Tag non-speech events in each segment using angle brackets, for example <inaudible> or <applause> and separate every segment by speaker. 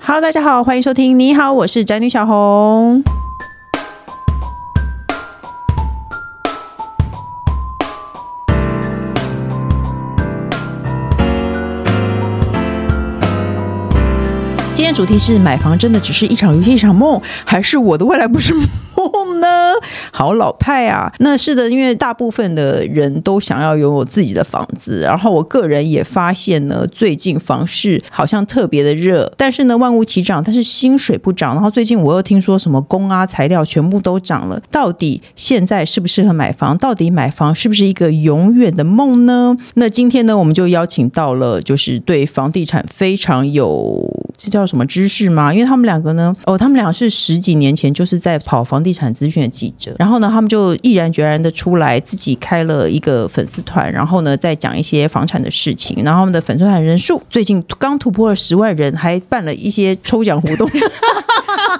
Speaker 1: Hello，大家好，欢迎收听。你好，我是宅女小红。今天主题是买房真的只是一场游戏一场梦，还是我的未来不是 <laughs> 梦呢？好老派啊！那是的，因为大部分的人都想要拥有自己的房子，然后我个人也发现呢，最近房市好像特别的热，但是呢万物齐涨，但是薪水不涨。然后最近我又听说什么工啊、材料全部都涨了，到底现在适不适合买房？到底买房是不是一个永远的梦呢？那今天呢，我们就邀请到了就是对房地产非常有这叫什么知识吗？因为他们两个呢，哦，他们俩是十几年前就是在跑房地产资讯的记者，然后呢，他们就毅然决然的出来自己开了一个粉丝团，然后呢，再讲一些房产的事情。然后他们的粉丝团人数最近刚突破了十万人，还办了一些抽奖活动。 <laughs>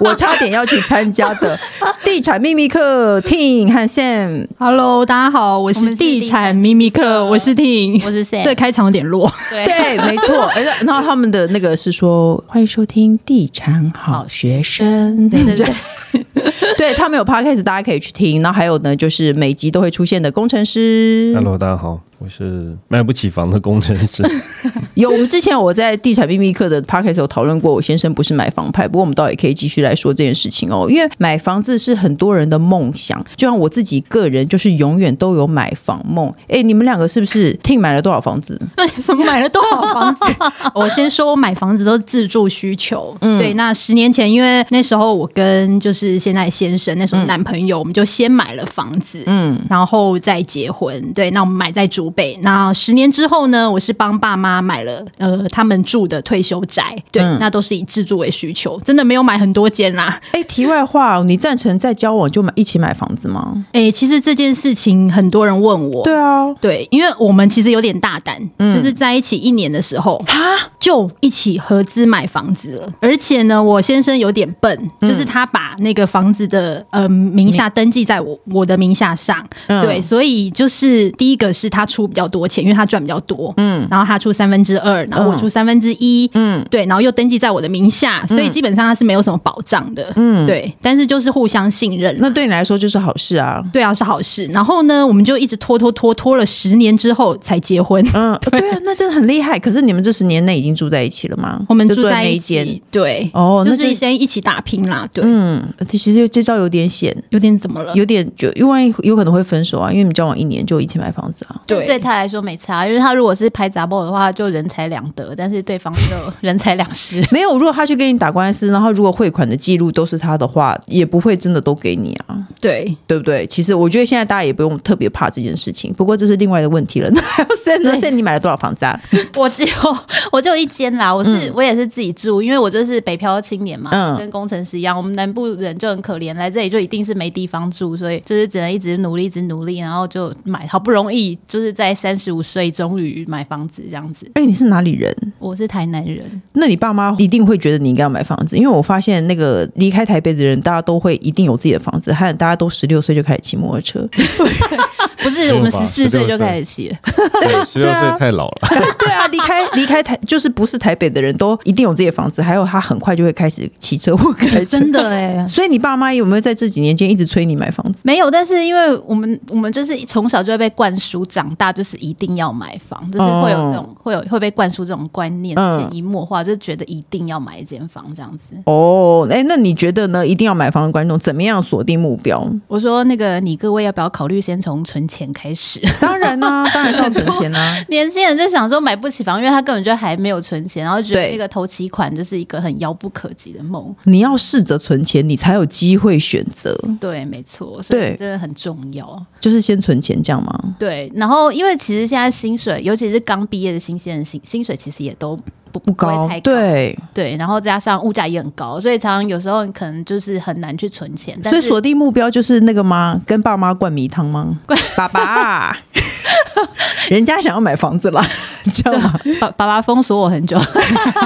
Speaker 1: 我差点要去参加的地产秘密课 Ting 和 Sam，
Speaker 2: Hello，大家好，我是地产秘密课，我是 Ting，
Speaker 3: 我是 Sam
Speaker 2: 这开场有点 <laughs> 弱，
Speaker 1: <laughs> 对，没错。而且然后他们的那个是说，欢迎收听地产好学生，
Speaker 3: 对对
Speaker 1: 这
Speaker 3: 对
Speaker 1: 样， <laughs> 对他们有 podcast，大家可以去听。然后还有呢，就是每集都会出现的工程师。
Speaker 4: Hello，大家好，我是卖不起房的工程
Speaker 1: <laughs>
Speaker 4: 师。
Speaker 1: 有我们之前我在地产秘密课的 podcast 有讨论过，我先生不是买房派，不过我们倒也可以继续来说这件事情哦，因为买房子是很多人的梦想，就像我自己个人就是永远都有买房梦。哎，你们两个是不是听买了多少房子？
Speaker 2: 什么买了多少房子？ <laughs> 我先说，我买房子都是自住需求。对，那十年前，因为那时候我跟就是现在先生那时候男朋友，我们就先买了房子，
Speaker 1: 嗯，
Speaker 2: 然后再结婚。对，那我们买在竹北。那十年之后呢，我是帮爸妈买了呃他们住的退休宅。对，
Speaker 1: 嗯
Speaker 2: 那都是以自住为需求，真的没有买很多间啦。
Speaker 1: 哎，题外话哦，你赞成在交往就买一起买房子吗？
Speaker 2: 诶、其实这件事情很多人问我，
Speaker 1: 对啊，
Speaker 2: 对，因为我们其实有点大胆，
Speaker 1: 嗯
Speaker 2: 就是在一起一年的时候，就一起合资买房子了。而且呢，我先生有点笨，就是他把那个房子的呃名下登记在我我的名下上，
Speaker 1: 嗯
Speaker 2: 对，所以就是第一个是他出比较多钱，因为他赚比较多，
Speaker 1: 嗯
Speaker 2: 嗯，然后他出三分之二，然后我出三分之一，
Speaker 1: 嗯
Speaker 2: 嗯，对，然后又登记在我的名下，所以基本上他是没有什么保障的，嗯，对，但是就是互相信任啦，
Speaker 1: 那对你来说就是好事啊。
Speaker 2: 对啊，是好事。然后呢，我们就一直拖拖拖拖了十年之后才结婚。
Speaker 1: 嗯，对啊，那真的很厉害。可是你们这十年内已经住在一起了吗？
Speaker 2: 我们
Speaker 1: 就
Speaker 2: 住
Speaker 1: 在
Speaker 2: 在
Speaker 1: 那
Speaker 2: 一
Speaker 1: 间
Speaker 2: 起。，对，
Speaker 1: 哦那
Speaker 2: 就
Speaker 1: 这
Speaker 2: 是先一起打拼啦，对，
Speaker 1: 嗯，其实这招有点险，
Speaker 2: 有点怎么了？
Speaker 1: 有点就因为有可能会分手啊，因为你们交往一年就一起买房子啊。
Speaker 2: 对
Speaker 3: 对他来说没差，因为他如果是拍杂报的话，就人财两得，但是对方就 <laughs> 人财两失。
Speaker 1: 没有，如果他去跟你打官司，然后如果汇款的记录都是他的话，也不会真的都给你啊，
Speaker 2: 对，
Speaker 1: 对不对？其实我觉得现在大家也不用特别怕这件事情，不过这是另外的问题了。那还有 Sam 呢
Speaker 3: 对
Speaker 1: Sam，你买了多少房子啊？
Speaker 3: 我只有我只有一间啦，我是、我也是自己住，因为我就是北漂青年嘛，
Speaker 1: 嗯
Speaker 3: 跟工程师一样，我们南部人就很可怜，来这里就一定是没地方住，所以就是只能一直努力，一直努力，然后就买，好不容易就是在三十五岁终于买房子这样子。
Speaker 1: 哎，你是哪里人？
Speaker 3: 我是台南人，
Speaker 1: 那你爸妈一定会觉得你应该要买房子，因为我发现那个离开台北的人，大家都会一定有自己的房子，还有大家都十六岁就开始骑摩托
Speaker 3: <laughs>
Speaker 1: 车。
Speaker 3: 不是我们
Speaker 4: 没有
Speaker 3: 十
Speaker 4: 吧
Speaker 3: 四岁
Speaker 4: 16
Speaker 3: 就
Speaker 4: 岁
Speaker 3: 开始骑了，
Speaker 4: 对，啊十六岁太老了。
Speaker 1: 对啊，离开离开台就是不是台北的人都一定有自己的房子，还有他很快就会开始骑车或开车。
Speaker 3: 真的哎、
Speaker 1: 所以你爸妈有没有在这几年间一直催你买房子？
Speaker 3: 没有，但是因为我们我们就是从小就会被灌输，长大就是一定要买房，就是会有这种、会有会被灌输这种观念，
Speaker 1: 嗯
Speaker 3: 潜移默化，就是觉得一定要买一间房这样子。
Speaker 1: 哦，哎，那你觉得呢？一定要买房的观众怎么样锁定目标？
Speaker 3: 我说那个你各位要不要考虑先从存钱开始？
Speaker 1: 当然啦、当然是要存钱啦、
Speaker 3: <laughs>
Speaker 1: 啊
Speaker 3: 年轻人就想说买不起房，因为他根本就还没有存钱，然后觉得
Speaker 1: 对
Speaker 3: 那个头期款就是一个很遥不可及的梦。
Speaker 1: 你要试着存钱，你才有机会选择，
Speaker 3: 对，没错，所
Speaker 1: 对
Speaker 3: 以真的很重要。
Speaker 1: 就是先存钱，这样吗？
Speaker 3: 对，然后因为其实现在薪水，尤其是刚毕业的新鲜人，薪薪水其实也都不
Speaker 1: 不
Speaker 3: 不会太高，
Speaker 1: 对，
Speaker 3: 对，然后加上物价也很高，所以常常有时候你可能就是很难去存钱。但
Speaker 1: 所以
Speaker 3: 是
Speaker 1: 锁定目标就是那个吗？跟 <laughs> 爸妈灌迷汤吗？爸爸，人家想要买房子啦， <laughs> 这样吗？
Speaker 3: 啊爸爸爸封锁我很久， <laughs>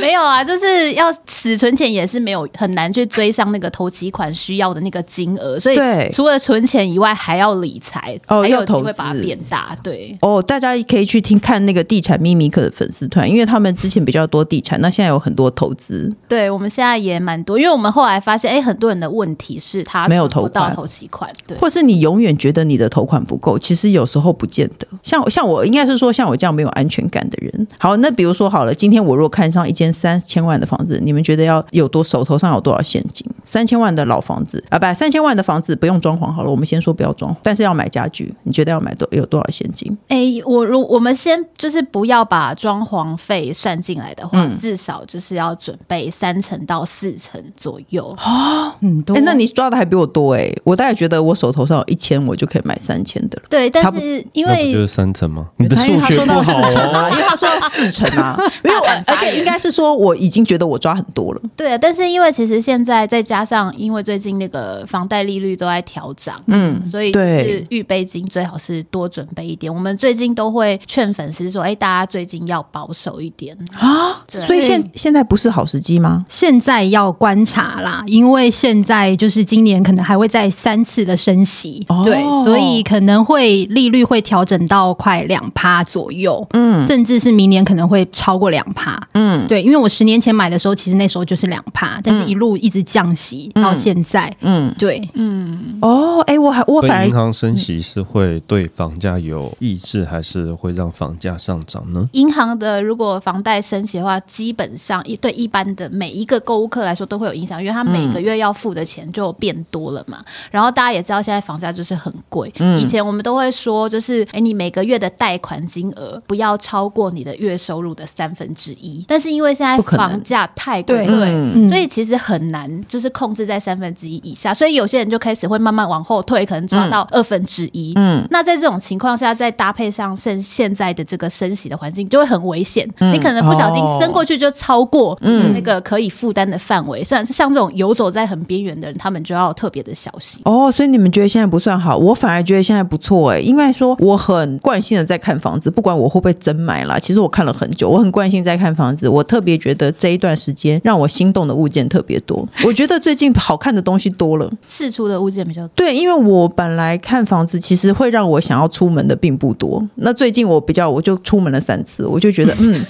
Speaker 3: 没有啊，就是要死存钱也是没有很难去追上那个头期款需要的那个金额，所以
Speaker 1: 对
Speaker 3: 除了存钱以外，还要理财，
Speaker 1: 哦
Speaker 3: 还有
Speaker 1: 要
Speaker 3: 机
Speaker 1: 投
Speaker 3: 会把它
Speaker 1: 资
Speaker 3: 变大。对，
Speaker 1: 哦，大家可以去听看那个地产秘密课的粉丝团，因为他们之前比较多地产，那现在有很多投资。
Speaker 3: 对，我们现在也蛮多，因为我们后来发现，哎，很多人的问题是他
Speaker 1: 没有
Speaker 3: 存不
Speaker 1: 投
Speaker 3: 到
Speaker 1: 款
Speaker 3: 头期款，对。
Speaker 1: 或是你永远觉得你的头款不够，其实有时候不见得。像像我应该是说，像我这样没有安全感的人。好，那比如说好了，今天我若看上一间三千万的房子，你们觉得要有多手头上有多少现金？三千万的老房子啊，不，三千万的房子不用装潢好了，我们先说不要装潢，但是要买家具，你觉得要买多有多少现金？
Speaker 3: 哎、我如我们先就是不要把装潢费算进来的话，
Speaker 1: 嗯
Speaker 3: 至少就是要准备三成到四成左右。
Speaker 2: 很多
Speaker 4: 啊
Speaker 1: 哎、那你抓的还比我多哎、我大概觉得我手头上有一千，我就可以买三千的了。
Speaker 3: 对，但
Speaker 1: 差不
Speaker 3: 是因
Speaker 4: 那不就
Speaker 3: 为
Speaker 4: 是三层吗？你的
Speaker 1: 他因为
Speaker 4: 数
Speaker 1: 他
Speaker 4: 学
Speaker 1: 说
Speaker 4: 不
Speaker 1: 到
Speaker 4: 好
Speaker 1: 四成啊，
Speaker 4: 哦。
Speaker 1: 因为他说到四成
Speaker 4: <laughs>
Speaker 1: 啊，因为我而且应该是说我已经觉得我抓很多了，
Speaker 3: 对啊，但是因为其实现在再加上，因为最近那个房贷利率都在调涨，
Speaker 1: 嗯，
Speaker 3: 所以
Speaker 1: 对
Speaker 3: 就是预备金最好是多准备一点。我们最近都会劝粉丝说，哎、大家最近要保守一点。
Speaker 1: 啊，
Speaker 3: 对
Speaker 1: 所以
Speaker 4: 嗯
Speaker 1: 现现在不是好时机吗？
Speaker 2: 现在要观察啦，因为现在就是今年可能还会再三次的升息，
Speaker 1: 哦
Speaker 2: 对，所以可能会利率会调整到快两趴左右，
Speaker 1: 嗯
Speaker 2: 甚至是明年可能会超过两趴。
Speaker 1: 嗯，
Speaker 2: 对，因为我十年前买的时候，其实那时候就是两趴，但是一路一直降息到现在。
Speaker 1: 嗯，
Speaker 2: 对，
Speaker 1: 哦，哎、我还我
Speaker 4: 所
Speaker 1: 反
Speaker 4: 以银
Speaker 1: 而
Speaker 4: 行升息是会对房价有抑制，还是会让房价上涨
Speaker 1: 嗯
Speaker 4: 呢？
Speaker 3: 银行的如果房贷升息的话，基本上一对一般的每一个购物客来说都会有影响，因为他每个月要付的钱就变多了嘛。然后大家也知道，现在房价就是很贵。
Speaker 1: 嗯
Speaker 3: 以前我们都会说，就是哎，诶你每个月的贷款金额不要超过你的月收入的三分之一。但是因为现在
Speaker 1: 不可能
Speaker 3: 房价太贵，
Speaker 2: 对
Speaker 1: 嗯
Speaker 3: 所以其实很难就是控制在三分之一以下。所以有些人就开始会慢慢往后退，可能抓到二分之一。
Speaker 1: 嗯
Speaker 3: 那在这种情况下，再搭配上现现在的这个升息的环境，就会很危险。你可能不小心
Speaker 1: 哦
Speaker 3: 升过去，就超过嗯那个可以负担的范围。像像这种游走在很边缘的人，他们就要特别的小心。
Speaker 1: 哦，所以你们觉得现在不算好，我反而觉得现在不错哎、因为说我很惯性的在看房子，不管我会不会真买啦，其实我看了很久，我很惯性在看房子，我特别觉得这一段时间让我心动的物件特别多，我觉得最近好看的东西多了。
Speaker 3: 释出的物件比较
Speaker 1: 对，因为我本来看房子，其实会让我想要出门的并不多。那最近我比较，我就出门了三次，我就觉得，
Speaker 3: <laughs>
Speaker 1: 嗯，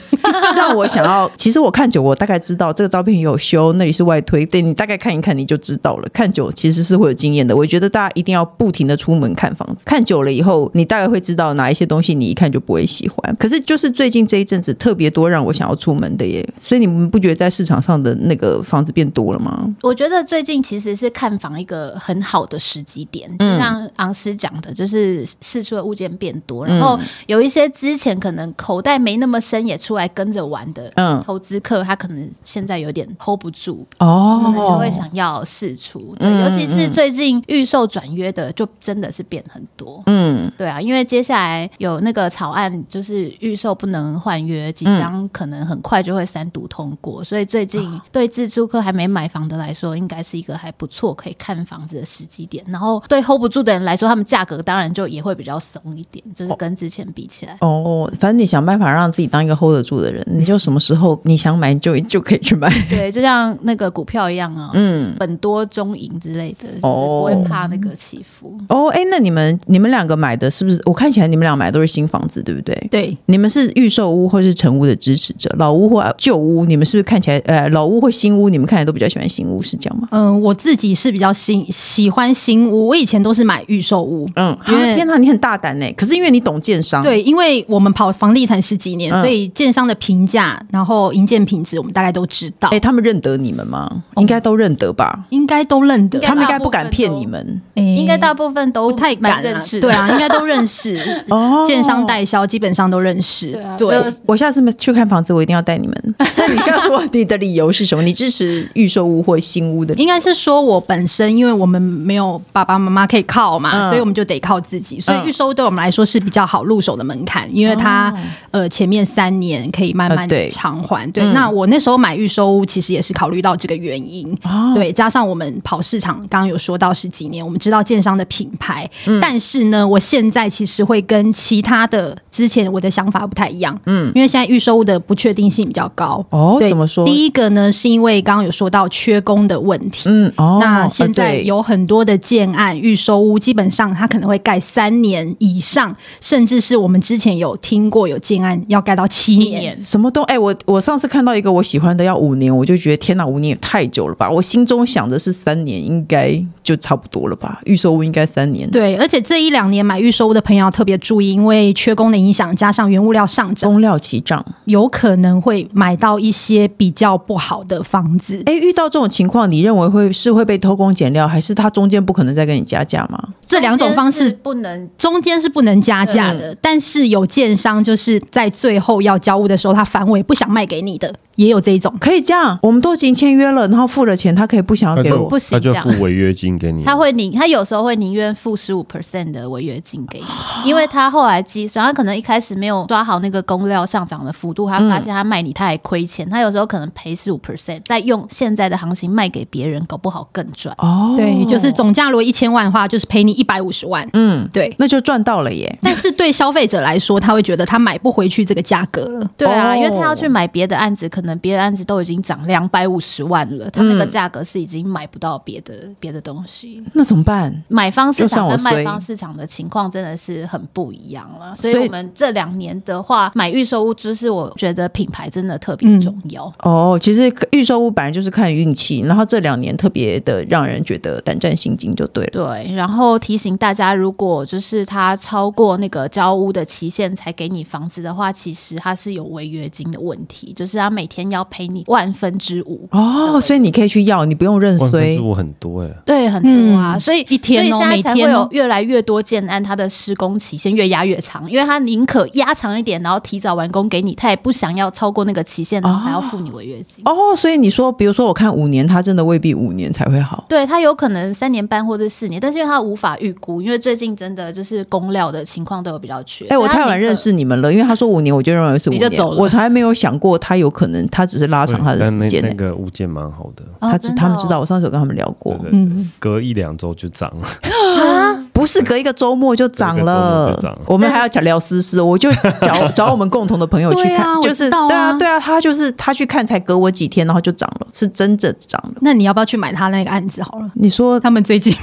Speaker 1: 让我想要。其实我看久，我大概知道这个照片有修，那里是外推，对你大概看一看你就知道了。看久其实是会有经验的。我觉得大家一定要不停的出门看房子，看久了以后，你大概会知道哪一些东西你一看就不会喜欢。可是就是最近这一阵子特别多让我想要出门的耶，所以你们不觉得在市场上的那个房子变多了吗？
Speaker 3: 我觉得最近其实是看房一个很好的时机点，就像昂师讲的，就是试出的物件变多，然后有一些之前可能口袋没那么深也出来跟着玩的，
Speaker 1: 嗯
Speaker 3: 投资客他可能现在有点 hold 不住，
Speaker 1: 哦，
Speaker 3: 可能就会想要试出，对
Speaker 1: 嗯
Speaker 3: 尤其是最近预售转约的，就真的是变很多。
Speaker 1: 嗯
Speaker 3: 对啊，因为接下来有那个草案，就是预售不能换约，即
Speaker 1: 嗯
Speaker 3: 将可能很快就会三读通过，所以最
Speaker 1: 啊
Speaker 3: 近对自住客还没买房的来说，应该是一个还不错可以看房子的时机点。然后对 hold 不住的人来说，他们价格当然就也会比较松一点，就是跟之前比起
Speaker 1: <laughs>
Speaker 3: 来。
Speaker 1: 哦，反正你想办法让自己当一个 hold 得住的人，
Speaker 3: 嗯
Speaker 1: 你就什么时候你想买你就就可以去买。
Speaker 3: <laughs> 对，就像那个股票一样啊，
Speaker 1: 嗯，
Speaker 3: 本多中赢之类的，就是
Speaker 1: 哦
Speaker 3: 不会怕那个起伏。
Speaker 1: 哦，哎，那你们你们两个买的是不是？我看起来你们俩买的都是新房子，对不对？
Speaker 2: 对，
Speaker 1: 你们是预售屋或是成屋的支持者，老屋或旧屋，你们是不是看起来呃老屋或新屋，你们看起来都比较喜欢新屋，是这样吗？
Speaker 2: 嗯、我自己是比较新喜欢新屋，我以前都是买预售屋。
Speaker 1: 嗯，啊
Speaker 2: 因为
Speaker 1: 天哪，你很大胆呢。可是因为你懂建商，，
Speaker 2: 对，因为我们跑房地产十几年，
Speaker 1: 嗯
Speaker 2: 所以建商的评价，然后营建品质，我们大概都知道，
Speaker 1: 哎，他们认得你们吗？应该都认得吧？
Speaker 2: 应该都认得
Speaker 3: 应。该
Speaker 1: 他们应该
Speaker 3: 大部
Speaker 1: 不敢
Speaker 3: 分
Speaker 1: 骗
Speaker 3: 都
Speaker 1: 你们。
Speaker 2: 应
Speaker 3: 应该大部分都
Speaker 2: 不太
Speaker 3: 蛮
Speaker 2: 敢
Speaker 3: 认
Speaker 2: 了
Speaker 3: 识，，
Speaker 2: 对啊，应该都认识
Speaker 1: <laughs> 哦。
Speaker 2: 建商代销基本上都认识
Speaker 3: 对啊，
Speaker 2: 对
Speaker 3: 就
Speaker 1: 我下次去看房子，我一定要带你
Speaker 2: <laughs>
Speaker 1: 们。那你告诉我你的理由是什么？你支持预售屋或新屋的理由？
Speaker 2: 应该是说我本身，因为我们没有爸爸妈妈可以靠嘛，
Speaker 1: 嗯
Speaker 2: 所以我们就得靠自己。所以预售对我们来说是比较好入手的门槛，因为它、呃前面三年可以慢
Speaker 1: 哦呃
Speaker 2: 慢
Speaker 1: 对嗯
Speaker 2: 偿还。对，那我那时候买预售屋，其实也是考虑到这个原因。
Speaker 1: 哦
Speaker 2: 对，加上我们跑市场，刚刚有说到十几年，
Speaker 1: 嗯
Speaker 2: 我们知道建商的品牌，但是呢，我现在其实会跟其他的之前我的想法不太一样，
Speaker 1: 嗯
Speaker 2: 嗯，因为现在预售物的不确定性比较高。
Speaker 1: 哦
Speaker 2: 对，
Speaker 1: 怎么说
Speaker 2: 第一个呢，是因为刚刚有说到缺工的问题，
Speaker 1: 嗯哦，
Speaker 2: 那
Speaker 1: 啊
Speaker 2: 现在
Speaker 1: 对
Speaker 2: 有很多的建案预售屋，基本上它可能会盖三年以上，甚至是我们之前有听过有建案要盖到七
Speaker 3: 一
Speaker 2: 年。
Speaker 3: 年
Speaker 1: 什么都哎、我我上次看到一个我喜欢的要五年，我就觉得天哪，五年也太久了吧！我心中想的是三年，应该就差不多了吧？预售屋应该三年，
Speaker 2: 对，而且这一两年买预售屋的朋友要特别注意，因为缺工的影响，加上原物料上涨，
Speaker 1: 工料齐涨。
Speaker 2: 有可能会买到一些比较不好的房子。
Speaker 1: 哎、遇到这种情况，你认为会是会被偷工减料，还是他中间不可能再跟你加价吗？
Speaker 2: 这两种方
Speaker 3: 中间
Speaker 2: 式
Speaker 3: 是不能
Speaker 2: 中间是不能加价的，
Speaker 1: 嗯
Speaker 2: 但是有建商就是在最后要交屋的时候，他反悔不想卖给你的，也有这一种。
Speaker 1: 可以这样，我们都已经签约了，然后付了钱，他可以不想要
Speaker 4: 他
Speaker 1: 给
Speaker 4: 就
Speaker 1: 我。
Speaker 3: 不行
Speaker 4: 他就
Speaker 3: 这样
Speaker 4: 付违约金给你，
Speaker 3: 他会宁，他有时候会宁愿付十五 percent 的违约金给你，因为他后来计算，他可能一开始没有抓好那个工料上涨的幅度，他发现他卖你他还亏钱，他有时候可能赔十五 percent，再用现在的行情卖给别人，搞不好更赚。
Speaker 1: 哦，
Speaker 2: 对，就是总价如果一千万的话，就是赔你一百五十万。
Speaker 1: 嗯，，
Speaker 2: 对
Speaker 1: 那就赚到了耶。
Speaker 2: 但是对消费者来说，他会觉得他买不回去这个价格了。
Speaker 3: 对啊，
Speaker 1: 哦
Speaker 3: 因为他要去买别的案子，可能别的案子都已经涨两百五十万了，他那个价格是已经买不到别的别的东西。
Speaker 1: 那怎么办？
Speaker 3: 买方市场
Speaker 1: 就
Speaker 3: 跟
Speaker 1: 算我衰
Speaker 3: 卖方市场的情况真的是很不一样了，
Speaker 1: 所
Speaker 3: 所以
Speaker 1: 以
Speaker 3: 我们这两年的话，买预售屋就是我觉得品牌真的特别重要。
Speaker 1: 哦，其实预售屋本来就是看运气，然后这两年特别的让人觉得胆战心惊，就对了。
Speaker 3: 对，然后提醒大家，如果就是他超过那个交屋的期限才给你房子的话，其实他是有违约金的问题，就是他每天要赔你万分之五。
Speaker 1: 哦，所以你可以去要，你不用认
Speaker 4: 万分
Speaker 1: 衰
Speaker 4: 之。五很多哎、
Speaker 3: 对，很多啊，
Speaker 2: 嗯
Speaker 3: 所以
Speaker 2: 一天哦
Speaker 3: 所以现在
Speaker 2: 每
Speaker 3: 才会
Speaker 2: 天
Speaker 3: 有
Speaker 2: 哦
Speaker 3: 越来越多建案，它的施工期限越压越长，因为它宁可压长一点，然后提早完工给你，他也不想要超过那个期限，然后还要付你违约金。
Speaker 1: 哦，所以你说，比如说，我看五年，它真的未必五年才会好。
Speaker 3: 对他有可能三年半或者四年，但是因为他无法预估，因为最近真的就是工料的情况都有比较缺。
Speaker 1: 哎、我
Speaker 3: 所以它
Speaker 1: 太晚
Speaker 3: 宁可
Speaker 1: 认识你们了，因为他说五年，我就认为是五
Speaker 3: 你
Speaker 1: 年
Speaker 3: 就，走了
Speaker 1: 我才没有想过他有可能，他只是拉
Speaker 4: 对
Speaker 1: 长他的
Speaker 4: 但
Speaker 1: 时
Speaker 4: 那
Speaker 1: 间、呢。
Speaker 4: 那个物件蛮好的，
Speaker 3: 哦
Speaker 1: 他知、
Speaker 3: 真的
Speaker 1: 他们知
Speaker 3: 哦
Speaker 1: 道，我上次有跟他们聊过，
Speaker 4: 对对对
Speaker 2: 嗯，
Speaker 4: 隔一两周就涨了。
Speaker 1: 不是隔一个周末就涨
Speaker 4: 隔
Speaker 1: 了
Speaker 4: 一个周末就涨了，
Speaker 1: 我们还要讲聊思思，我就找找我们共同的朋友去
Speaker 2: 对
Speaker 1: 看，
Speaker 2: 啊我
Speaker 1: 就是
Speaker 2: 知道啊
Speaker 1: 对啊对啊，他就是他去看才隔我几天，然后就涨了，是真的涨了。
Speaker 2: 那你要不要去买他那个案子好了？
Speaker 1: 你
Speaker 2: <laughs>
Speaker 1: 说
Speaker 2: 他们最近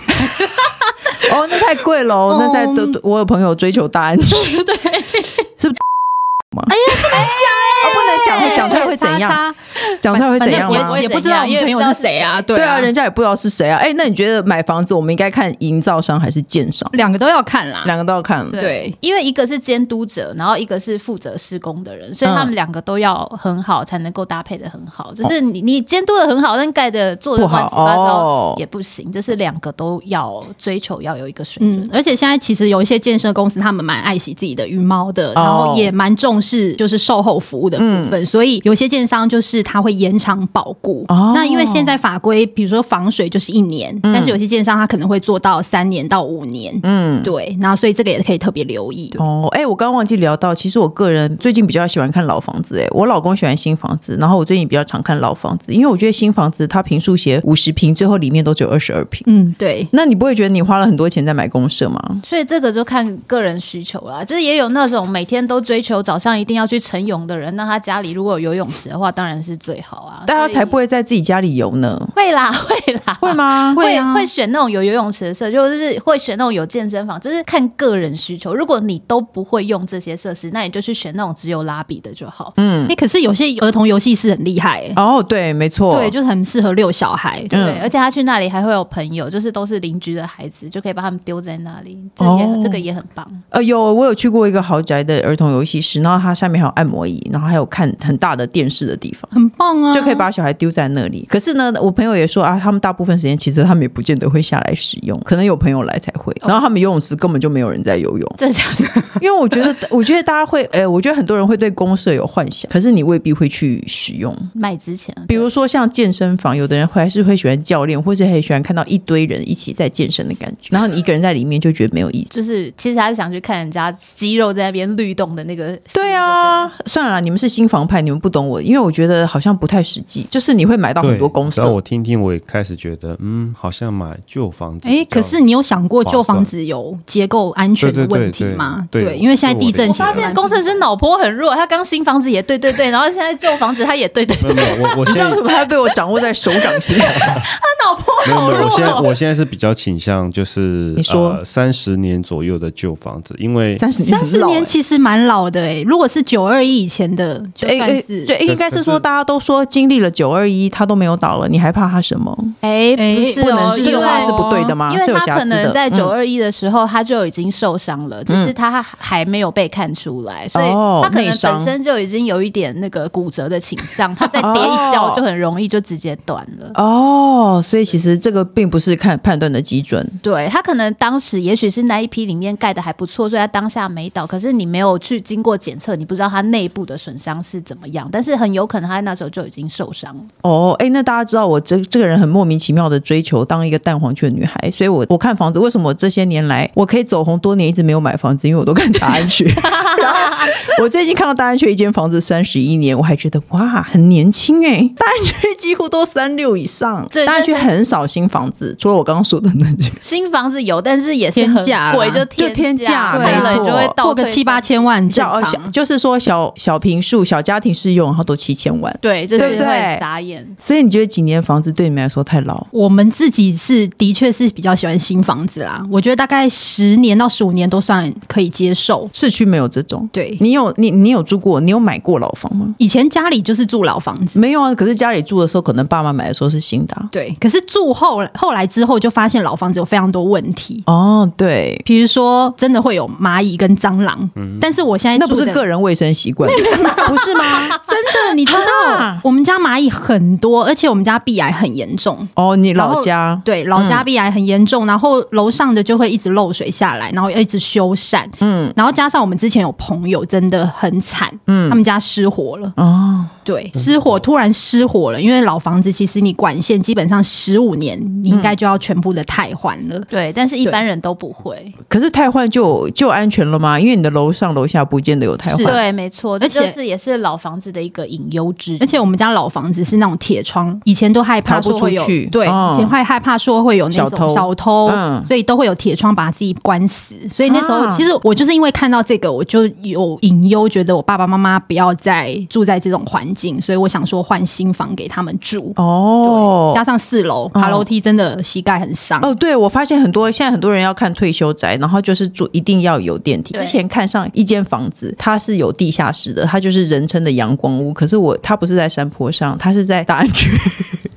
Speaker 1: 哦，那太贵了、哦，那在
Speaker 2: 嗯
Speaker 1: 都都我有朋友追求大
Speaker 2: <laughs>
Speaker 1: 安区，对， <laughs> 是不是吗？哎呀，不能讲， <laughs> 会讲出来会怎样？
Speaker 2: 哎叉叉
Speaker 1: 讲出来会
Speaker 2: 反
Speaker 1: 怎
Speaker 2: 正
Speaker 1: 样
Speaker 2: 我
Speaker 1: 吗
Speaker 2: 也？也不知道我
Speaker 3: 因
Speaker 2: 们
Speaker 3: 为
Speaker 2: 朋友是谁啊？对
Speaker 1: 对啊，
Speaker 2: 啊，
Speaker 1: 人家也不知道是谁啊。哎，那你觉得买房子，我们应该看营造商还是建商？
Speaker 2: 两个都要看啦。
Speaker 1: 两个都要看。
Speaker 2: 对，
Speaker 3: 因为一个是监督者，然后一个是负责施工的人，所以他们两个都要很好，才能够搭配的很好。
Speaker 1: 哦
Speaker 3: 就是你你监督的很好，但盖的做的
Speaker 1: 不好
Speaker 3: 乱七八
Speaker 1: 哦
Speaker 3: 糟也不行，就是两个都要追求要有一个水
Speaker 2: 嗯
Speaker 3: 准。，
Speaker 2: 而且现在其实有一些建设公司，他们蛮爱惜自己的羽毛的，
Speaker 1: 哦
Speaker 2: 然后也蛮重视就是售后服务的部分，
Speaker 1: 嗯
Speaker 2: 所以有些建商就是他会延长保固。
Speaker 1: 哦
Speaker 2: 那因为现在法规，比如说防水就是一年，但是有些建商他可能会做到三年到五年。
Speaker 1: 嗯。
Speaker 2: 对，然后所以这个也可以特别留意。
Speaker 1: 哦，哎、我刚忘记聊到，其实我个人最近比较喜欢看老房子、哎，我老公喜欢新房子，然后我最近比较常看老房子，因为我觉得新房子它平数写五十平，最后里面都只有二十二平，
Speaker 2: 嗯，对，
Speaker 1: 那你不会觉得你花了很多钱在买公社吗？
Speaker 3: 所以这个就看个人需求啦，就是也有那种每天都追求早上一定要去晨泳的人，那他家里如果有游泳池的话，当然是最好
Speaker 2: 哦
Speaker 3: 啊。
Speaker 1: 大家才不
Speaker 3: 所以
Speaker 1: 会在自己家里游呢，
Speaker 3: 会啦，会啦，
Speaker 1: 会吗？
Speaker 2: 会
Speaker 3: 会
Speaker 2: 啊
Speaker 3: 会选那种有游泳池的设施，就是会选那种有健身房，就是看个人需求。如果你都不会用这些设施，那你就去选那种只有拉比的就好。
Speaker 1: 嗯
Speaker 2: 哎、可是有些儿童游戏是很厉害、欸，
Speaker 1: 哦，对，没错，
Speaker 2: 对，就是很适合遛小孩。
Speaker 3: 对，而
Speaker 1: 嗯，
Speaker 3: 且他去那里还会有朋友，就是都是邻居的孩子，就可以把他们丢在那里，这也、
Speaker 1: 哦
Speaker 3: 这个也很棒。，
Speaker 1: 呃，有我有去过一个豪宅的儿童游戏室，然后它下面还有按摩椅，然后还有看很大的电视的地方。
Speaker 2: 很棒啊！
Speaker 1: 就可以把小孩丢在那里。可是呢，我朋友也说啊，他们大部分时间其实他们也不见得会下来使用，可能有朋友来才会。然后他们游泳池根本就没有人在游泳
Speaker 3: 这家
Speaker 1: 因为我觉得，我觉得大家会，呃，我觉得很多人会对公社有幻想，可是你未必会去使用。
Speaker 3: 买之前，
Speaker 1: 比如说像健身房，有的人会还是会喜欢教练，或是很喜欢看到一堆人一起在健身的感觉。然后你一个人在里面就觉得没有意思。
Speaker 3: 就是其实他是想去看人家肌肉在那边律动的那个。
Speaker 1: 对啊，算了啦，你们是新房派，你们不懂我，因为我觉得好像像不太实际，就是你会买到很多公
Speaker 4: 然后
Speaker 1: 社
Speaker 4: 我。听听，我也开始觉得，嗯，好像买旧房子比较。
Speaker 2: 哎，可是你有想过旧房子有结构安全的问题吗？
Speaker 4: 对对对对
Speaker 2: 因为现在地震
Speaker 3: 我
Speaker 2: 其实
Speaker 3: 发
Speaker 2: 蛮，
Speaker 3: 现工程师脑波很弱，他刚新房子也对对对，然后现在旧房子他也对对
Speaker 4: 没
Speaker 3: 对，
Speaker 4: 有没有，我我
Speaker 1: <laughs> 你
Speaker 4: 现
Speaker 1: 知道
Speaker 4: 在
Speaker 1: 为什么他被我掌握在手掌心？
Speaker 3: 他脑波
Speaker 4: <laughs> 没有
Speaker 3: 好
Speaker 4: 没有，我现在
Speaker 3: 弱。
Speaker 4: 我现在是比较倾向就是呃
Speaker 1: 你说
Speaker 4: 三十、30年左右的旧房子，因
Speaker 1: <laughs>
Speaker 4: 为
Speaker 1: 三十年
Speaker 2: 三
Speaker 1: 很
Speaker 2: 十
Speaker 1: 老欸，
Speaker 2: 年其实蛮老的哎，如果是九二一以前的，就
Speaker 1: 哎
Speaker 2: 算
Speaker 1: 哎，
Speaker 2: 是
Speaker 1: 对，应该是
Speaker 4: 可
Speaker 1: 说
Speaker 4: 是
Speaker 1: 大家都说经历了九二一，他都没有倒了，你还怕他什么？
Speaker 3: 哎，
Speaker 2: 哎
Speaker 3: 不是
Speaker 1: 不
Speaker 3: 哦，
Speaker 1: 能这个话是不对的吗
Speaker 3: 因为
Speaker 1: 是有瑕
Speaker 3: 他可
Speaker 1: 疵的
Speaker 3: 能在
Speaker 1: 嗯
Speaker 3: 九二一的时候他就已经受伤了，只是他还没有被看出来，所以
Speaker 1: 哦
Speaker 3: 他可能
Speaker 1: 内伤
Speaker 3: 本身就已经有一点那个骨折的倾向，他再跌一跤就很容易就直接断了。
Speaker 1: 哦，所以其实这个并不是看判断的基准。
Speaker 3: 对他可能当时也许是那一批里面盖的还不错，所以他当下没倒。可是你没有去经过检测，你不知道他内部的损伤是怎么样。但是很有可能他那时候就已经受伤了。
Speaker 1: 哦，哎，那大家知道我这这个人很莫名其妙的追求当一个蛋黄区的女孩，所以我我看房子，为什么我这些年来我可以走红多年，一直没有买房子，因为我都看大安区。 <laughs> 然后我最近看到大安区一间房子三十一年，我还觉得哇，很年轻哎、大安区几乎都三六以上，
Speaker 3: 对
Speaker 1: 大安区
Speaker 3: 但是
Speaker 1: 很少新房子，除了我刚刚说的那几个。
Speaker 3: 新房子有，但是也是
Speaker 2: 天
Speaker 3: 很
Speaker 2: 价啦
Speaker 3: 贵，就
Speaker 1: 就天
Speaker 3: 天
Speaker 1: 价
Speaker 3: 对了，
Speaker 2: 没
Speaker 3: 你
Speaker 1: 错
Speaker 3: 就会倒
Speaker 2: 破个
Speaker 3: 退
Speaker 2: 七八
Speaker 3: 三。
Speaker 2: 千万正
Speaker 1: 小小
Speaker 2: 常。
Speaker 1: 就是说小小平数小家庭适用，然后都七千万，
Speaker 3: 对，就是
Speaker 1: 对不对
Speaker 3: 会傻眼。
Speaker 1: 所以你觉得几年房子对你们来说太老？
Speaker 2: 我们自己是的确是比较喜欢新房子啦，我觉得大概十年到十五年都算可以接受。
Speaker 1: 市区没有这种。
Speaker 2: 对，
Speaker 1: 你有你你有住过，你有买过老房吗？
Speaker 2: 以前家里就是住老房子，
Speaker 1: 没有啊，可是家里住的时候，可能爸妈买的时候是新的啊、
Speaker 2: 对，可是住后后来之后就发现老房子有非常多问题。
Speaker 1: 哦，对，
Speaker 2: 比如说，真的会有蚂蚁跟蟑螂，但是我现在
Speaker 1: 那不
Speaker 2: 住
Speaker 1: 是
Speaker 2: 的
Speaker 1: 个人卫生习惯，不是吗？
Speaker 2: 真的，你知道
Speaker 1: 啊
Speaker 2: 我们家蚂蚁很多，而且我们家壁癌很严重。
Speaker 1: <laughs> 哦，你
Speaker 2: 然后
Speaker 1: 老家嗯
Speaker 2: 对老家壁癌很严重，然后楼上的就会一直漏水下来，然后一直修缮，嗯，然后加上我们之前有朋友真的很惨，嗯，他们家失火了，
Speaker 1: 哦，
Speaker 2: 对，失火突然失火了，因为老房子其实你管线基本上十五年，你应
Speaker 1: 嗯
Speaker 2: 该就要全部的汰换了，
Speaker 3: 对，但是一般人都不会。
Speaker 1: 可是汰换就就安全了吗？因为你的楼上楼下不见得有汰换。
Speaker 3: 对，没错，这
Speaker 2: 而且
Speaker 3: 就是也是老房子的一个隐忧之一。
Speaker 2: 而且我们家老房子是那种铁窗，以前都害怕
Speaker 1: 逃不
Speaker 2: 说会有
Speaker 1: 出去
Speaker 2: 对，
Speaker 1: 嗯
Speaker 2: 以前会害怕说会有那
Speaker 1: 小
Speaker 2: 种
Speaker 1: 偷
Speaker 2: 小偷，
Speaker 1: 嗯
Speaker 2: 所以都会有铁窗把自己关死。所以那时候、
Speaker 1: 啊
Speaker 2: 其实我就是因为看到这个，我就有隐忧，觉得我爸爸妈妈不要再住在这种环境，所以我想说换新房给他们住。
Speaker 1: 哦嗯
Speaker 2: 对，加上四楼爬楼梯真的膝盖很伤。
Speaker 1: 哦，对，我发现很多现在很多人要看退休宅，然后就是住一定要有电梯。
Speaker 3: 对
Speaker 1: 之前看上一间房子，它是有地下室的，它就是人称的阳光屋。可是我它不是在山坡上，它是在大安区，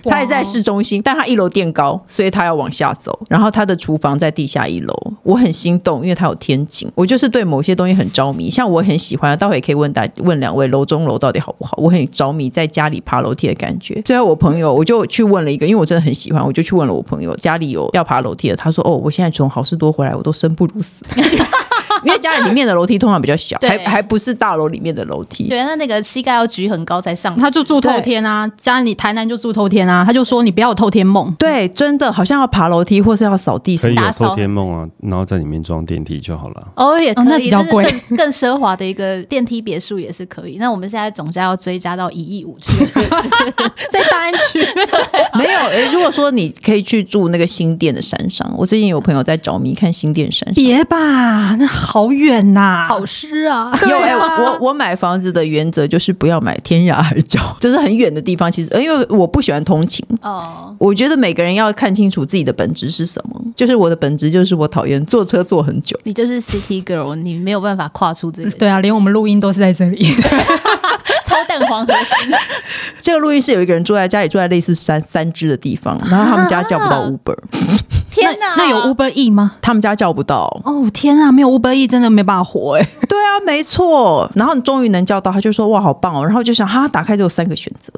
Speaker 1: 它也在市中心，但它一楼垫高，所以它要往下走。然后它的厨房在地下一楼，我很心动，因为它有天井。我就是对某些东西很着迷，像我很喜欢，待会也可以问大问两位楼中楼到底好不好，我很着迷在家里爬楼梯的感觉。最后我朋友我就去问了一个，因为我真的很喜欢，我就去问了我朋友家里有要爬楼梯的，他说哦，我现在从好事多回来，我都生不如死。因为家里里面的楼梯通常比较小，
Speaker 3: 对
Speaker 1: 还还不是大楼里面的楼梯。
Speaker 3: 对，那那个膝盖要举很高才上去。
Speaker 2: 他就住透天啊，家里台南就住透天啊，他就说你不要有透天梦。
Speaker 1: 对，真的好像要爬楼梯或是要扫地什
Speaker 4: 可
Speaker 1: 么
Speaker 4: 以
Speaker 1: 的。
Speaker 4: 有
Speaker 3: 打扫
Speaker 4: 透天梦啊，然后在里面装电梯就好了。
Speaker 3: 哦，也可以，
Speaker 2: 哦那比较
Speaker 3: 就是
Speaker 2: 贵
Speaker 3: 更更奢华的一个电梯别墅也是可以。那我们现在总价要追加到一亿五去， <laughs> 在大安区。 <laughs>
Speaker 1: 没有，诶如果说你可以去住那个新店的山上，我最近有朋友在着迷看新店山上。
Speaker 2: 别吧，那好远呐、
Speaker 3: 好湿啊！
Speaker 1: 因为我我买房子的原则就是不要买天涯海角， <laughs> 就是很远的地方。其实，呃因为我不喜欢通勤，
Speaker 3: 哦，
Speaker 1: 我觉得每个人要看清楚自己的本质是什么。就是我的本质就是我讨厌坐车坐很久。
Speaker 3: 你就是 City Girl，你没有办法跨出 <laughs> 这个
Speaker 2: 对啊，连我们录音都是在这里。
Speaker 3: 超蛋黄核心。
Speaker 1: 这个录音室有一个人住在家里，住在类似三三只的地方，然后他们家叫不到 Uber，
Speaker 3: 天哪，
Speaker 2: 那有 Uber E 吗？
Speaker 1: 他们家叫不到。
Speaker 2: 哦天啊，没有 Uber E 真的没办法活哎、
Speaker 1: 对啊，没错。然后你终于能叫到，他就说哇，好棒哦。然后就想哈，打开只有三个选
Speaker 3: <laughs>
Speaker 1: 择，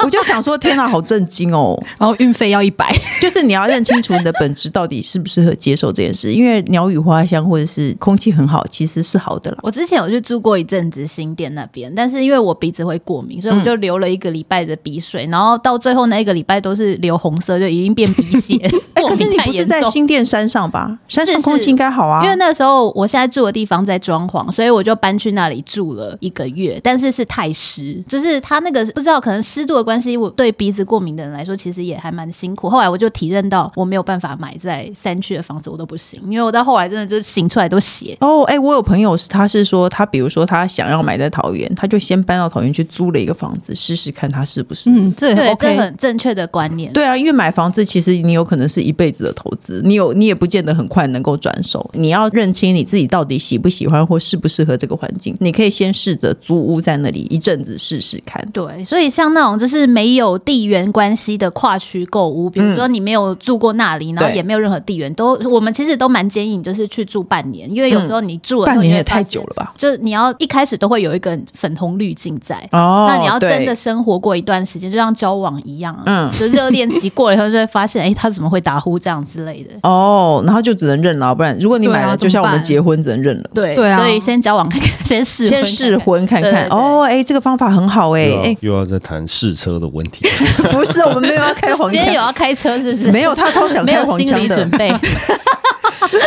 Speaker 1: 我就想说天哪，好震惊哦。
Speaker 2: <laughs> 然后运费要一百，
Speaker 1: 就是你要认清楚你的本质到底适不适合接受这件事，因为鸟语花香或者是空气很好，其实是好的啦。
Speaker 3: 我之前有去住过一阵子新店那边，但是因为我鼻子会过敏，所以
Speaker 1: 嗯
Speaker 3: 我就流了一个礼拜的鼻水，然后到最后那一个礼拜都是流红色，就已经变鼻血。
Speaker 1: <laughs> 哎、
Speaker 3: 过
Speaker 1: 可是
Speaker 3: 敏
Speaker 1: 你
Speaker 3: 太
Speaker 1: 不是
Speaker 3: 严
Speaker 1: 在
Speaker 3: 重。
Speaker 1: 新店山上吧？山上
Speaker 3: 是是
Speaker 1: 空气应该好啊。
Speaker 3: 因为那时候我现在住的地方在装潢，所以我就搬去那里住了一个月，但是是太湿，就是它那个不知道可能湿度的关系，我对鼻子过敏的人来说，其实也还蛮辛苦。后来我就体认到我没有办法买在山区的房子，我都不行，因为我到后来真的就是醒出来都血。
Speaker 1: 哦，哎、我有朋友是，他是说他，比如说他想要买在桃园，他就先搬到桃园去租了一个房子，试试看他是不是。
Speaker 2: 嗯，这
Speaker 3: 对，
Speaker 2: 很
Speaker 3: 这
Speaker 2: OK。
Speaker 3: 很正确的观念。
Speaker 1: 对啊，因为买房子其实你有可能是一辈子的投资，你有你也不见得很快能够转手。你要认清你自己到底喜不喜欢或适不适合这个环境，你可以先试着租屋在那里一阵子试试看。
Speaker 3: 对，所以像那种就是没有地缘关系的跨区购物，比如说你没有住过那里，然后
Speaker 1: 嗯对
Speaker 3: 也没有任何地缘，都我们其实都蛮建议你就是去住半年，因为
Speaker 1: 嗯
Speaker 3: 有时候你住了、
Speaker 1: 半年也太久，了吧？
Speaker 3: 就你要一开始都会有一个粉红滤镜在。
Speaker 1: 哦，
Speaker 3: 那你要真的
Speaker 1: 对
Speaker 3: 生活过一段时间，就像交往一样、啊，
Speaker 1: 嗯
Speaker 3: 就热恋期过了以后，就会发现，哎、他怎么会打呼这样之类的。
Speaker 1: 哦，然后就只能认了，不然如果你
Speaker 2: 对啊
Speaker 1: 买了，
Speaker 2: 怎
Speaker 1: 就
Speaker 2: 么
Speaker 1: 像我们
Speaker 2: 办
Speaker 1: 结婚只能认了。
Speaker 3: 对，
Speaker 2: 对啊
Speaker 3: 所以先交往看看，先试
Speaker 1: 先
Speaker 3: 看
Speaker 1: 试
Speaker 3: 看
Speaker 1: 婚看看
Speaker 3: 对对对
Speaker 1: 哦，哎、这个方法很好哎、
Speaker 4: 又要
Speaker 1: 哎、
Speaker 4: 又要再谈试车的问题，
Speaker 1: <laughs> 不是，我们没有要开黄
Speaker 3: 今天有
Speaker 1: 腔，
Speaker 3: 要开车是不是？
Speaker 1: 没有，他超想
Speaker 3: 没
Speaker 1: 开
Speaker 3: 有
Speaker 1: 黄
Speaker 3: 心
Speaker 1: 腔
Speaker 3: 理
Speaker 1: 的 <laughs>
Speaker 3: 准。备。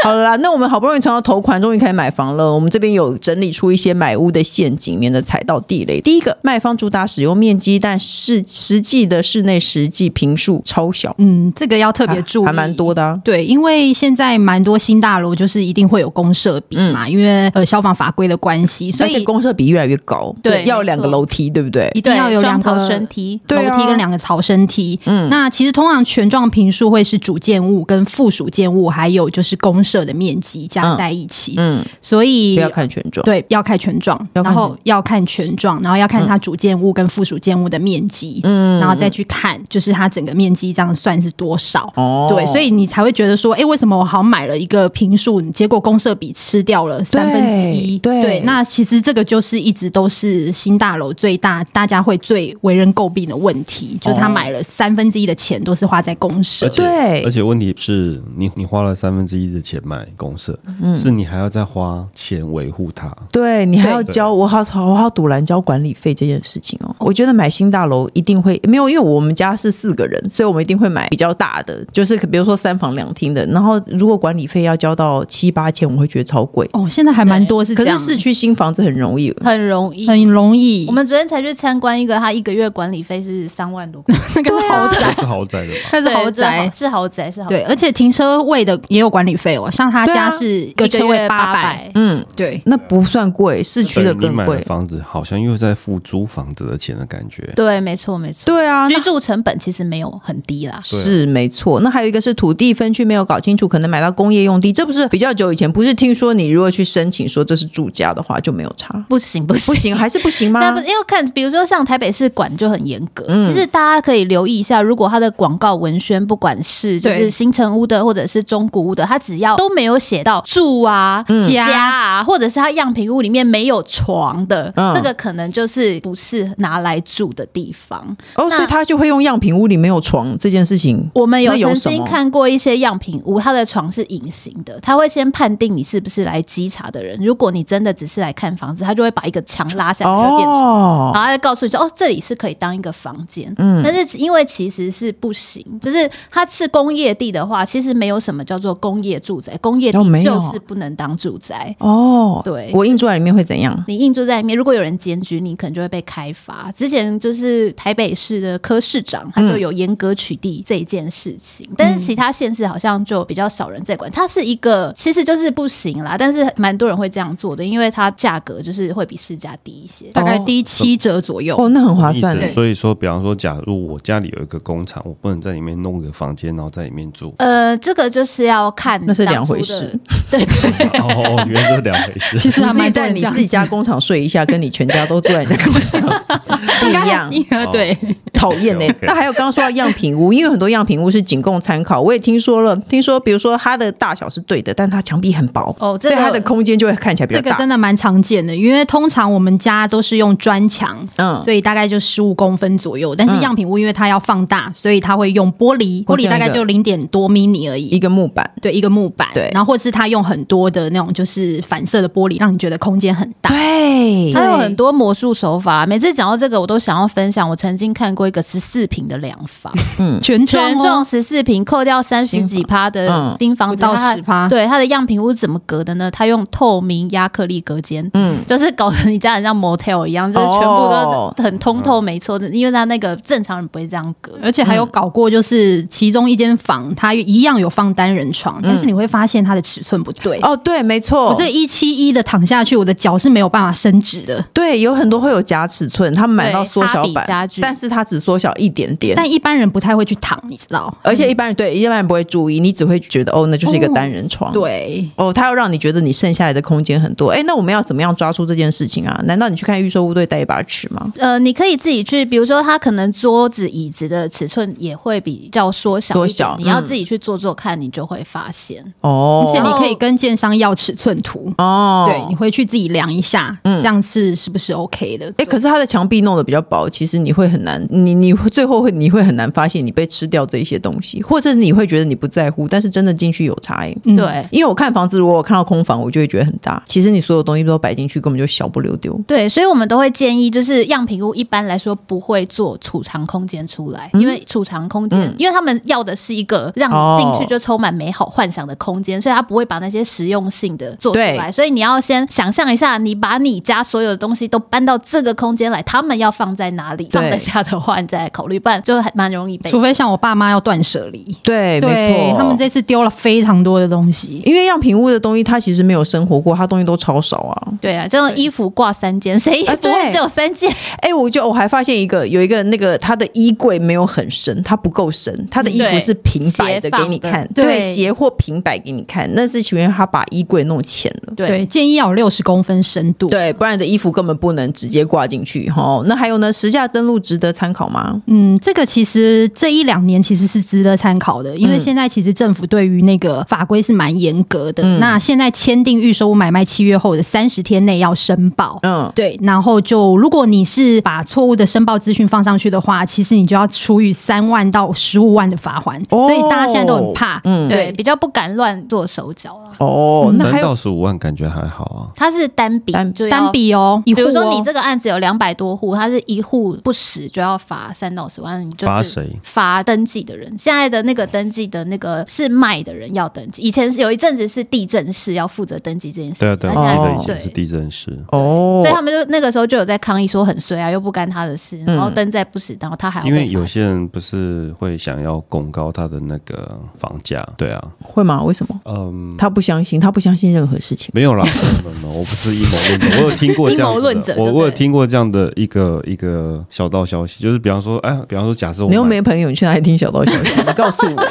Speaker 1: 好了啦，那我们好不容易存到头款，终于可以买房了。我们这边有整理出一些买屋的陷阱，免得踩到地雷。第一个，卖方主打使用面积，但是实际的室内实际平数超小，
Speaker 2: 嗯，这个要特别
Speaker 1: 还
Speaker 2: 注意，
Speaker 1: 还蛮多的、啊。
Speaker 2: 对，因为现在蛮多新大楼就是一定会有公社比嘛，因为呃消防法规的关系，
Speaker 1: 嗯
Speaker 2: 所
Speaker 1: 而且
Speaker 2: 以
Speaker 1: 公设比越来越高，
Speaker 3: 对
Speaker 1: 要有两个
Speaker 3: 没错
Speaker 1: 楼梯，对不对？
Speaker 2: 一定要有两
Speaker 3: 双
Speaker 2: 个
Speaker 3: 逃生梯
Speaker 1: 对啊
Speaker 2: 楼梯跟两个逃生梯。
Speaker 1: 嗯
Speaker 2: 那其实通常权状平数会是主建物跟附属建物，还有就是公社的面积加在一起，
Speaker 1: 嗯，
Speaker 2: 所
Speaker 1: 不
Speaker 2: 以
Speaker 1: 要看权状。
Speaker 2: 对要看权状，
Speaker 1: 要看嗯
Speaker 2: 然后要看权状，然后要看它主建物跟附属建物的面积，嗯，然后再去看就是它整个面积这样算是多少。
Speaker 1: 哦
Speaker 2: 对，所以你才会觉得说，哎、为什么我好像买了一个平数，结果公社比吃掉了三分之一？
Speaker 1: 对
Speaker 2: 对，那其实这个就是一直都是新大楼最大大家会最为人诟病的问题，就是他
Speaker 1: 哦
Speaker 2: 买了三分之一的钱都是花在公社
Speaker 4: 而。且
Speaker 1: <laughs> 对
Speaker 4: 而且问题是你你花了三分之一的钱买公社，
Speaker 1: 嗯
Speaker 4: 是你还要再花钱维护它，
Speaker 1: 对你还要
Speaker 4: 对
Speaker 1: 交，我好吵，我好堵拦交管理费这件事情哦。我觉得买新大楼一定会没有，因为我们家是四个人，所以我们一定会买比较大的，就是比如说三房两厅的。然后如果管理费要交到七八千，我会觉得超贵。
Speaker 2: 哦，现在还蛮多是这
Speaker 1: 可
Speaker 2: 样，
Speaker 1: 是市区新房子很容易，
Speaker 3: 很容
Speaker 1: <laughs>
Speaker 3: 易。
Speaker 2: 很容易。
Speaker 3: 我们昨天才去参观一个，他一个月管理费是三万多块，
Speaker 2: 那个是豪宅，
Speaker 4: 都是豪宅的吧？
Speaker 2: 啊 <laughs> 那是豪
Speaker 3: 对
Speaker 2: 宅
Speaker 3: <laughs> 是豪。是豪宅，是豪宅。
Speaker 2: 对，而且停车位的也有管理费哦，像他
Speaker 1: 对啊
Speaker 2: 家是一个
Speaker 3: 一个
Speaker 2: 车位
Speaker 3: 月
Speaker 2: 八
Speaker 3: 八
Speaker 2: 百，
Speaker 3: 百，
Speaker 1: 嗯，
Speaker 2: 对，
Speaker 1: 那不算贵，市区的
Speaker 4: 等于你
Speaker 1: 更
Speaker 4: 买了
Speaker 1: 贵。
Speaker 4: 房子，好像又在付租房子的钱的感觉。
Speaker 3: 对，没错，没错。
Speaker 1: 对啊，
Speaker 3: <laughs> 居
Speaker 1: 那
Speaker 3: 住成本其实没有很低啦，
Speaker 1: 是没错。那还有一个是土地分区没有搞清楚，可能买到工业用地，这不是比较久以前，不是听说你如果去申请说这是住家的话就没有
Speaker 3: <laughs>
Speaker 1: 差，
Speaker 3: 不行不行
Speaker 1: 不行还是不行吗？
Speaker 3: 那不因为看，比如说像台北市管就很严格，
Speaker 1: 嗯
Speaker 3: 其实大家可以留意一下，如果它的广告文宣，不管是就
Speaker 2: 对
Speaker 3: 是新城屋的或者是中古屋的，它只要都没有写到住啊、家啊，或者是它样品屋里面没有床的，
Speaker 1: 嗯
Speaker 3: 这个可能就是不是拿来住的地方。
Speaker 1: 哦，所以
Speaker 3: 那
Speaker 1: 他就会用样品屋里没有床这件事情。
Speaker 3: 我们有
Speaker 1: 那有
Speaker 3: 曾
Speaker 1: 什
Speaker 3: 经
Speaker 1: 么
Speaker 3: 看过一些样品屋，它的床是隐形的，他会先判定你是不是来稽查的人。如果你真的只是来看房子，他就会把一个墙拉下来有变床。
Speaker 1: 哦
Speaker 3: 然后再告诉你说，哦，这里是可以当一个房间，嗯，但是因为其实是不行，就是它是工业地的话，其实没有什么叫做工业住宅，工业
Speaker 1: 哦没
Speaker 3: 地
Speaker 1: 有
Speaker 3: 就是不能当住宅。
Speaker 1: 哦，
Speaker 3: 对
Speaker 1: 我印出来里面会怎样？
Speaker 3: 你硬住在里面，如果有人检举你，可能就会被开罚。之前就是台北市的柯市长，他就有严格取缔这一件事情，但是其他县市好像就比较少人在管。它是一个其实就是不行啦，但是蛮多人会这样做的，因为它价格就是会比市价低一些。。
Speaker 2: 大概
Speaker 1: 哦
Speaker 2: 低七折左右。
Speaker 1: 哦，那很划
Speaker 4: 意
Speaker 1: 算
Speaker 4: 思
Speaker 1: 嘞。
Speaker 4: 所以说，比方说，假如我家里有一个工厂，我不能在里面弄个房间，然后在里面住
Speaker 3: 呃，这个就是要看
Speaker 1: 那是
Speaker 3: 当
Speaker 1: 两
Speaker 3: 初
Speaker 1: 回
Speaker 3: 的
Speaker 1: 事，
Speaker 3: 对对
Speaker 4: 哦，原来这是两回
Speaker 2: 其 <laughs>
Speaker 4: 事。
Speaker 2: 实还
Speaker 1: 你自己
Speaker 2: 蛮多
Speaker 1: 在
Speaker 2: 人
Speaker 1: 你
Speaker 2: 这样
Speaker 1: 自己家工厂睡一下，跟你全家都住在你家工
Speaker 2: <laughs>
Speaker 1: 厂不一样，
Speaker 2: 呃
Speaker 1: 哦
Speaker 4: 哦
Speaker 2: 对，
Speaker 1: 讨厌呢欸
Speaker 4: OK，OK。
Speaker 1: 那还有刚刚说到样品屋，因为很多样品屋是仅供参考。我也听说了，听说比如说它的大小是对的，但它墙壁很薄，
Speaker 3: 哦，这
Speaker 1: 所以
Speaker 3: 个
Speaker 1: 它的空间就会看起来比较
Speaker 2: 这个
Speaker 1: 大
Speaker 2: 真。的蛮常见的，因为通常我们家都是用砖墙。
Speaker 1: 嗯，
Speaker 2: 所以大概就十五公分左右，但是
Speaker 1: 嗯
Speaker 2: 样品屋因为它要放大，所以它会用玻璃，
Speaker 1: 或
Speaker 2: 玻
Speaker 1: 是
Speaker 2: 璃大概
Speaker 1: 用一个
Speaker 2: 就零点多 mini 而
Speaker 1: 一
Speaker 2: 已，
Speaker 1: 个木板，
Speaker 2: 对，一个木板，
Speaker 1: 对
Speaker 2: 然后或是它用很多的那种就是反射的玻璃，让你觉得空间很大，
Speaker 1: 对
Speaker 3: 它有很多魔术手法。每次讲到这个，我都想要分享。我曾经看过过一个十四平的两 <laughs> 房，
Speaker 1: 嗯
Speaker 2: 全
Speaker 3: 全
Speaker 2: 哦
Speaker 3: 幢十四平，扣掉三十几趴的新房子，
Speaker 2: 不到
Speaker 3: 它
Speaker 1: 啊
Speaker 2: 10%
Speaker 3: 对它的样品屋是怎么隔的呢？它用透明亚克力隔间，
Speaker 1: 嗯，
Speaker 3: 就是搞得你家很像 motel 一样，就是全部
Speaker 1: 哦嗯
Speaker 3: 都是很通透，没错的，因为它那个正常人不会这样隔。
Speaker 2: 而且还有搞过，就是其中一间房，它一样有放单人床，但是你会发现它的尺寸不对。
Speaker 1: 嗯哦，对，没错，
Speaker 2: 我这一七一的躺下去，我的脚是没有办法伸直的。
Speaker 1: 对，有很多会有假尺寸，他们买到
Speaker 3: 对
Speaker 1: 缩小
Speaker 3: 哈比家
Speaker 1: 版
Speaker 3: 具，
Speaker 1: 但是它只缩小一点点。
Speaker 2: 但一般人不太会去躺，你知道？
Speaker 1: 而且一般人对一般人不会注意，你只会觉得哦，那就是一个
Speaker 2: 哦
Speaker 1: 单人床。，
Speaker 2: 对，
Speaker 1: 哦，他要让你觉得你剩下来的空间很多。哎，那我们要怎么样抓住这件事情啊？难道你去看预售屋队带一把尺吗？
Speaker 3: 呃，你可以自己去，比如说它可能桌子、椅子的尺寸也会比较缩小一点，
Speaker 1: 缩小
Speaker 3: 你要
Speaker 1: 嗯
Speaker 3: 自己去做做看，你就会发现。
Speaker 1: 哦，
Speaker 2: 而且你可以跟建商要尺寸图，
Speaker 1: 哦，嗯
Speaker 2: 对，你回去自己量一下，这样是是不是 OK 的？
Speaker 1: 哎、可是它的墙壁弄得比较薄，其实你会很难，你你会最后会你会很难发现你被吃掉这一些东西，或者你会觉得你不在乎，但是真的进去有差欸异。
Speaker 2: 嗯
Speaker 3: 对
Speaker 1: 因为我看房子，如果我看到空房，我就会觉得很大。其实你所有东西都摆进去，根本就小不溜丢。
Speaker 3: 对，所以我们都会建议，就是样品屋一般来说不会做储藏空间出来，
Speaker 1: 嗯
Speaker 3: 因为储藏空间，因为他们要的是一个让你进
Speaker 1: 哦
Speaker 3: 去就充满美好幻想的空间，所以他不会把那些实用性的做出来。
Speaker 1: 对
Speaker 3: 所以你要先想象一下，你把你家所有的东西都搬到这个空间来，他们要放在哪里，
Speaker 1: 对
Speaker 3: 放得下的话，你再来考虑，不然就还蛮容易被
Speaker 2: 除。非像我爸妈要断舍离，
Speaker 1: 对，没
Speaker 2: 对
Speaker 1: 错，
Speaker 2: 他们这次丢了非常多的东西。
Speaker 1: 因为样品屋的东西，它其实没有生活过，它东西都超少啊。
Speaker 3: 对啊，这种衣服挂三件，谁衣
Speaker 1: 啊
Speaker 3: 服
Speaker 1: 对
Speaker 3: 会只有三件？
Speaker 1: 哎、我就我还发现一个，有一个那个它的衣柜没有很深，它不够深，它的衣服
Speaker 3: 对
Speaker 1: 是平摆的
Speaker 3: 斜
Speaker 1: 给
Speaker 3: 放的
Speaker 1: 你看，
Speaker 2: 对
Speaker 1: 对，斜或平摆给你看，那是因为他把衣柜弄浅了。
Speaker 2: 对，建议要有六十公分深度。
Speaker 1: 对，不然你的衣服根本不能直接挂进去哈。那还有呢，时价登录值得参考吗？
Speaker 2: 嗯，这个其实这一两年其实是值得参考的，
Speaker 1: 嗯
Speaker 2: 因为现在其实政府对于那个法规是蛮严格的。
Speaker 1: 嗯
Speaker 2: 那现在签订预售屋买卖契约后的三十天内要申报。
Speaker 1: 嗯，
Speaker 2: 对，然后就如果你是把错误的申报资讯放上去的话，其实你就要处以三万到十五万的罚款，
Speaker 1: 哦
Speaker 2: 所以大家现在都很怕。
Speaker 1: 嗯
Speaker 3: 对，
Speaker 2: 对
Speaker 3: 比较不敢乱做手脚了。
Speaker 1: 哦，那还
Speaker 4: 三
Speaker 1: 有
Speaker 4: 到十五万感觉还好啊。
Speaker 3: 它是单笔
Speaker 1: 单，
Speaker 3: 就要
Speaker 2: 单笔哦，比
Speaker 3: 啊比如说你这个案子有两百多户，它是一户不实就要罚三到十万，你就是
Speaker 4: 罚谁
Speaker 3: 罚登记的人。现在的那个登记的那个是卖的人要登记，以前是有一阵子是地震室要负责登记这件事情，
Speaker 4: 对啊，对啊，
Speaker 3: 那
Speaker 4: 我
Speaker 3: 现在
Speaker 4: 记得
Speaker 1: 哦
Speaker 4: 以前是地震师。
Speaker 1: 哦
Speaker 3: 所以他们就那个时候就有在抗议说很衰啊，又不干他的事，然后登在不实，然后他还要被
Speaker 4: 嗯因
Speaker 3: 罚
Speaker 4: 为有些人不是会想要拱高他的那个房价，对啊，
Speaker 1: 会吗？为什么？
Speaker 4: 嗯，
Speaker 1: 他不相信，他不相信任何事情。
Speaker 4: 没有啦，没有没有，我不是阴谋论者，我有听过这样
Speaker 3: 阴谋论
Speaker 4: 子
Speaker 3: 者
Speaker 4: 的，
Speaker 3: 就
Speaker 4: 我
Speaker 3: 对
Speaker 4: 我有听过这样的一个一个小道消息，就是比方说，哎，比方说假设我
Speaker 1: 你又
Speaker 4: 买
Speaker 1: 没朋友，你去哪里听小道消息？
Speaker 4: <laughs>
Speaker 1: 你告诉我，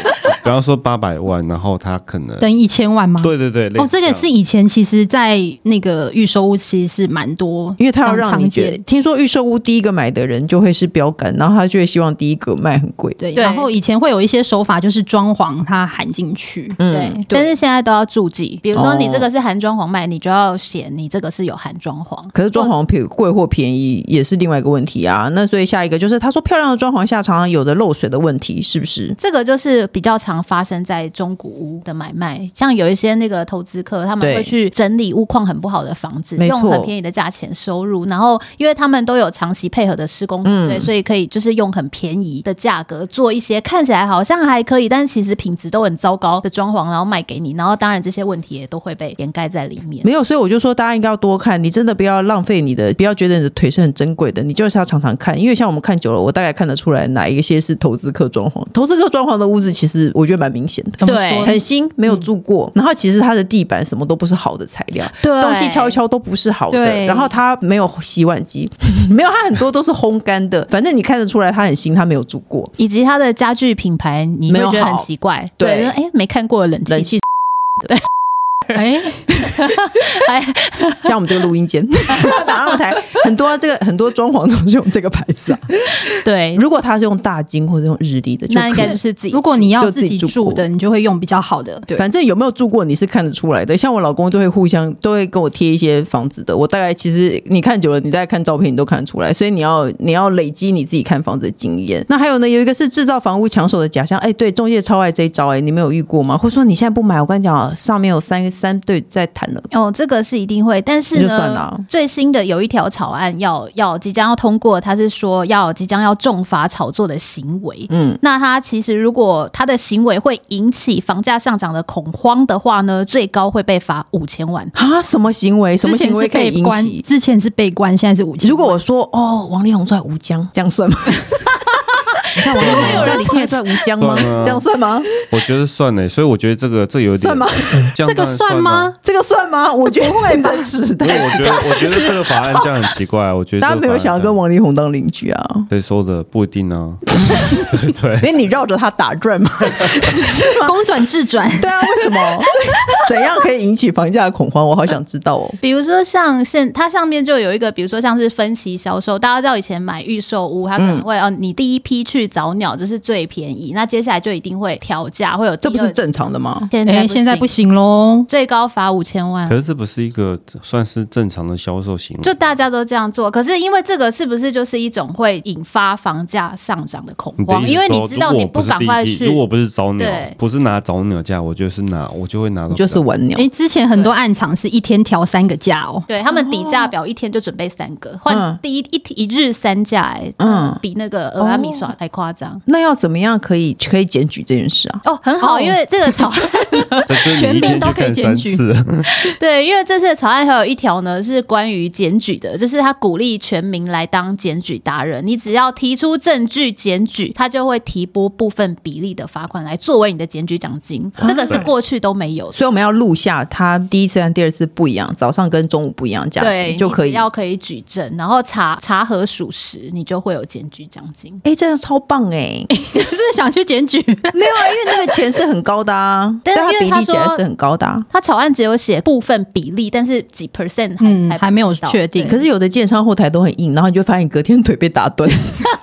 Speaker 4: 比方说八百万，然后他可能
Speaker 2: 等一千万吗？
Speaker 4: 对对对，类
Speaker 2: 哦，
Speaker 4: 似
Speaker 2: 这个
Speaker 4: 样
Speaker 2: 是以前其实，在那个预售屋其实是蛮多，
Speaker 1: 因为他要让你觉
Speaker 2: 常
Speaker 1: 得
Speaker 2: 见，
Speaker 1: 听说预售屋第一个买的人就会是标杆，然后他就会希望第一个卖很贵。
Speaker 2: 对，
Speaker 3: 对
Speaker 2: 然后以前会有一些手法，就是装潢它含进去。
Speaker 3: 对
Speaker 1: 嗯，，
Speaker 3: 但是现在都要注记，比如说
Speaker 1: 哦
Speaker 3: 你这个是含装潢卖，你就要写你这个是有含装潢。
Speaker 1: 可是装潢便贵或便宜也是另外一个问题啊。那所以下一个就是他说漂亮的装潢下常常有的漏水的问题，是不是？
Speaker 3: 这个就是比较常发生在中古屋的买卖，像有一些那个投资客，他们
Speaker 1: 对
Speaker 3: 会去整理屋况很不好的房子，
Speaker 1: 没错
Speaker 3: 用很便宜的价钱收入，然后因为他们都有长期配合的施工团
Speaker 1: 嗯
Speaker 3: 队，所以可以就是用很便宜的价格做一些看起来好像还可以，但是其实品质都很糟糕的装潢，然后卖给你，然后当然这些问题也都会被掩盖在里面。
Speaker 1: 没有，所以我就说大家应该要多看，你真的不要浪费你的，不要觉得你的腿是很珍贵的，你就是要常常看，因为像我们看久了，我大概看得出来哪一些是投资客装潢，投资客装潢的屋子其实我觉得蛮明显的。
Speaker 2: 怎么
Speaker 3: 对
Speaker 2: 说呢
Speaker 1: 很新，没有住过，然后其实它的地板什么都不是好的材料，
Speaker 3: 对
Speaker 1: 东西敲一敲都不是好的，
Speaker 2: 对
Speaker 1: 然后它没有洗碗机， <laughs> 没有，它很多都是烘干的，反正你看得出来它很新，它没有住过，
Speaker 3: 以及它的家具品牌，你
Speaker 1: 没
Speaker 3: 会
Speaker 1: 有
Speaker 3: 觉得很
Speaker 1: 好
Speaker 3: 奇怪，
Speaker 1: 对
Speaker 3: 就是哎，没看过的冷气
Speaker 1: 冷
Speaker 3: <laughs>
Speaker 1: 气 <laughs>
Speaker 2: 哎，
Speaker 1: 像我们这个录音间， <laughs> 打上台很多啊这个很多装潢总是用这个牌子啊，
Speaker 3: 对，
Speaker 1: 如果它是用大金或者用日立的，就
Speaker 3: 那应
Speaker 1: 可以
Speaker 3: 该就是自己
Speaker 2: 如果你要
Speaker 1: 就自
Speaker 2: 自
Speaker 1: 己
Speaker 2: 己
Speaker 1: 住
Speaker 2: 住的，你就会用比较好的。对，
Speaker 1: 反正有没有住过，你是看得出来的。像我老公就会互相都会跟我贴一些房子的，我大概其实你看久了，你大概看照片你都看得出来。所以你要你要累积你自己看房子的经验。那还有呢，有一个是制造房屋抢手的假象，哎，对，中介超爱这一招，哎，你们有遇过吗？或者说你现在不买，我跟你讲啊，上面有三个三对再谈了。
Speaker 3: 哦，这个是一定会，但是
Speaker 1: 就算了
Speaker 3: 呢
Speaker 1: 啊，
Speaker 3: 最新的有一条草案要要即将要通过，它是说要即将要重罚炒作的行为。
Speaker 1: 嗯，
Speaker 3: 那它其实如果它的行为会引起房价上涨的恐慌的话呢，最高会被罚五千
Speaker 1: <laughs>
Speaker 3: 万。
Speaker 1: 啊，什么行为？什么行为可以
Speaker 2: 之前是被
Speaker 1: 引
Speaker 2: 关？
Speaker 1: 起？
Speaker 2: 之前是被关，现在是五千。
Speaker 1: 如果我说哦，王力宏在吴江，这样算 <laughs> 吗？你看王力宏在李健也在吴江
Speaker 4: <laughs>
Speaker 1: 吗？
Speaker 4: 算啊
Speaker 1: 这样算吗？
Speaker 4: 我觉得算了，所以我觉得这个这有点
Speaker 1: 算吗？
Speaker 4: <laughs> 这
Speaker 2: 这
Speaker 4: 样
Speaker 2: 个
Speaker 4: 当然
Speaker 2: 算
Speaker 4: 吗
Speaker 2: 吗？？
Speaker 1: 这个算吗？我觉得不会吧，指
Speaker 4: 因
Speaker 1: 代
Speaker 4: 为我觉得，我觉得这个法案这样很奇怪。我觉得
Speaker 1: 大家没有想要跟嗯
Speaker 4: 我
Speaker 1: 王力宏当邻居啊，
Speaker 4: 谁说的不一定啊。
Speaker 1: 因为你绕着他打转
Speaker 3: <laughs>
Speaker 1: 嘛。
Speaker 2: 公转
Speaker 1: <laughs>
Speaker 2: 自转，
Speaker 1: 对啊，为什么？怎样可以引起房价的恐慌？我好想知道哦。
Speaker 3: 比如说像现它上面就有一个，比如说像是分期销售，大家知道以前买预售屋，它可
Speaker 1: 嗯
Speaker 3: 能会、哦，你第一批去早鸟这是最便宜，那接下来就一定会调价，会有
Speaker 1: 这不是
Speaker 3: 第二
Speaker 1: 正常的吗？
Speaker 3: 现
Speaker 2: 哎，
Speaker 3: 在
Speaker 2: 现在不
Speaker 3: 不行，
Speaker 2: 行喽。
Speaker 3: 最高罚五千万
Speaker 4: 可。是这不是一个算是正常的销售行为，
Speaker 3: 就大家都这样做，可是因为这个是不是就是一种会引发房价上涨的恐
Speaker 4: 你的意
Speaker 3: 慌？
Speaker 4: 思
Speaker 3: 因为
Speaker 4: 说
Speaker 3: 你知道你
Speaker 4: 如果是
Speaker 3: 赶快
Speaker 4: 第一批
Speaker 3: 去，
Speaker 4: 如果不是早鸟
Speaker 3: 对，
Speaker 4: 不是拿早鸟价，我就是拿，我就会拿
Speaker 3: 嗯
Speaker 4: 到。
Speaker 1: 就是晚鸟
Speaker 2: 哎，之前很多暗场是一天调三个价哦。 <laughs>
Speaker 3: 对他们底价表一天就准备三个，换
Speaker 1: 嗯
Speaker 3: 第一一一日三价、哎，
Speaker 1: 嗯
Speaker 3: 嗯，比那个俄阿米耍还夸张。
Speaker 1: 那要怎么样可以可以检举这件事啊？
Speaker 3: 哦，很好，
Speaker 2: 哦
Speaker 3: 因为这个 <laughs> 草案，
Speaker 4: 这就是你一天去看三次，
Speaker 3: 对，因为这次的草案还有一条呢是关于检举的，就是他鼓励全民来当检举达人，你只要提出证据检举，他就会提拨部分比例的罚款来作为你的检举奖金，这个是过去都没有的。
Speaker 1: 所以我们要录下他第一次和第二次不一样，早上跟中午不一样价
Speaker 3: 对，
Speaker 1: 钱就
Speaker 3: 你
Speaker 1: 可
Speaker 3: 只
Speaker 1: 以。
Speaker 3: 要可以举证，然后查查核属实，你就会有检举奖金。
Speaker 1: 哎、这样超棒
Speaker 3: <laughs>
Speaker 1: 哎、
Speaker 2: 就是想去检举，
Speaker 1: 没有啊，因为那个钱是很高的啊，
Speaker 3: <laughs> 但
Speaker 1: 但它
Speaker 3: 是因为
Speaker 1: 比
Speaker 3: 他
Speaker 1: 例起来
Speaker 3: 说
Speaker 1: 是很高的、啊。
Speaker 3: 他草案只有写部分比例，但是几 percent 还、
Speaker 2: 嗯
Speaker 3: 还
Speaker 2: 还没有
Speaker 3: 不知道
Speaker 2: 确定
Speaker 3: 对 <laughs>
Speaker 1: 可是有的建商后台都很硬，然后你就发现隔天腿被打断， <laughs>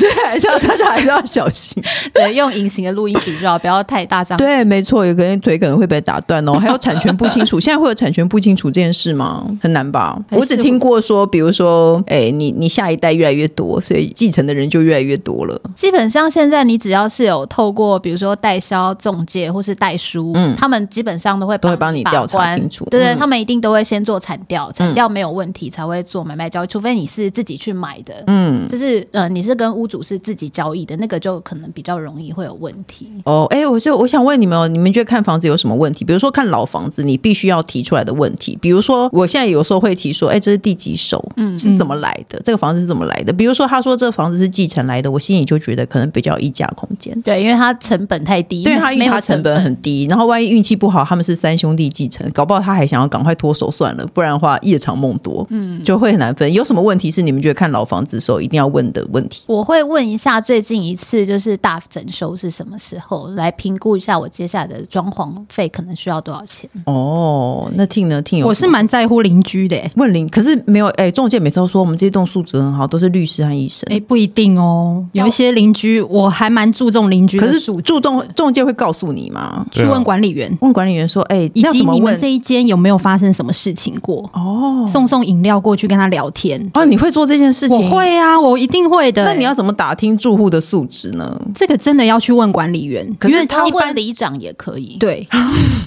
Speaker 1: 所以还是要大家还是要小心。
Speaker 3: 对，用隐形的录音笔就好，不要太大张。
Speaker 1: 对，没错，有个人腿可能会被打 <laughs> 断哦。还有产权不清楚，现在会有产权不清楚这件事吗？很难吧？
Speaker 2: 还是
Speaker 1: 我只听过说，比如说，哎，你你下一代越来越多，所以继承的人就越来越多了。
Speaker 3: 基本上现在你只要是有透过，比如说代销、中介或是代书，
Speaker 1: 嗯
Speaker 3: 他们基本上都会
Speaker 1: 都会帮你
Speaker 3: 把
Speaker 1: 调查
Speaker 3: 关
Speaker 1: 清楚
Speaker 3: 对对，
Speaker 1: 嗯
Speaker 3: 他们一定都会先做产调，产调没有问题才会做买卖交易，除非你是自己去买的。
Speaker 1: 嗯，
Speaker 3: 就是呃，你是跟屋主是自己交易的，那个就可能比较容易会有问题。
Speaker 1: 哦，哎，我就我想问你们哦，你们觉得看房子有什么问题？比如说看老房子，你必须要提出来的问题，比如说我现在有时候会提说，哎，这是第几手？嗯，是怎么来的？这个房子是怎么来的？比如说他说这房子是继承来的，我心里就觉得可能比较有溢价空间。
Speaker 3: 对，因为它成本太低，
Speaker 1: 对他
Speaker 3: 没
Speaker 1: 预
Speaker 3: 有
Speaker 1: 查成本很低，然后万一运气不好，他们是三兄弟继承，搞不好他还想要赶快脱手算了，不然的话夜长梦多，嗯，就会很难分。有什么问题是你们觉得看老房子的时候一定要问的问题？
Speaker 3: 我会问一下最近一次就是大整修是什么时候，来评估一下我接下来的装潢费可能需要多少钱。
Speaker 1: 哦，那听呢？听有
Speaker 2: 我
Speaker 1: 什
Speaker 2: 是
Speaker 1: 么
Speaker 2: 蛮在乎邻居的。哎
Speaker 1: 问林，可是没有哎，中介每次都说我们这栋素质很好，都是律师和医生。
Speaker 2: 哎，不一定哦，有一些邻居我还蛮注重邻居
Speaker 1: 可
Speaker 2: 的
Speaker 1: 是
Speaker 2: 素质，
Speaker 1: 注重中介会告诉你吗？
Speaker 2: 去
Speaker 4: 对啊
Speaker 2: 问管理员，
Speaker 1: 问管理员说，哎，
Speaker 2: 以
Speaker 1: 要
Speaker 2: 及
Speaker 1: 怎么
Speaker 2: 你们
Speaker 1: 问
Speaker 2: 这？一间有没有发生什么事情过？
Speaker 1: 哦
Speaker 2: 送送饮料过去跟他聊天，
Speaker 1: 哦，你会做这件事情？
Speaker 2: 我。会啊，我一定会的。
Speaker 1: 那你要怎么打听住户的素质呢？
Speaker 2: 这个真的要去问管理员，
Speaker 1: 可
Speaker 2: 因
Speaker 1: 是
Speaker 2: 为
Speaker 3: 他
Speaker 2: 一般
Speaker 3: 问里长也可以，
Speaker 2: 对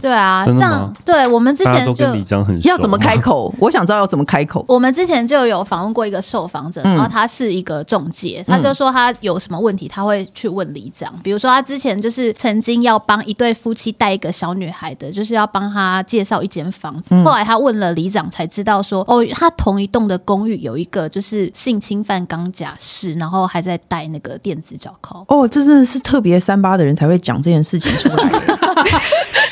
Speaker 3: 对啊，
Speaker 4: 真的吗
Speaker 3: 像对我们之
Speaker 4: 大家
Speaker 3: 前
Speaker 4: 都
Speaker 3: 就
Speaker 4: 跟李章很熟吗
Speaker 1: 要怎么开？口？我想知道要怎么开口。
Speaker 3: 我们之前就有访问过一个受访者，然后他是一个中介，他就说他有什么问题他会去问里长，比如说他之前就是曾经要帮一对夫妻带一个小女孩的，就是要帮他介绍一间房子，后来他问了里长才知道说，哦，他同一栋的公寓有一个就是性侵犯钢甲室，然后还在戴那个电子脚铐，
Speaker 1: 哦，这真的是特别三八的人才会讲这件事情出来。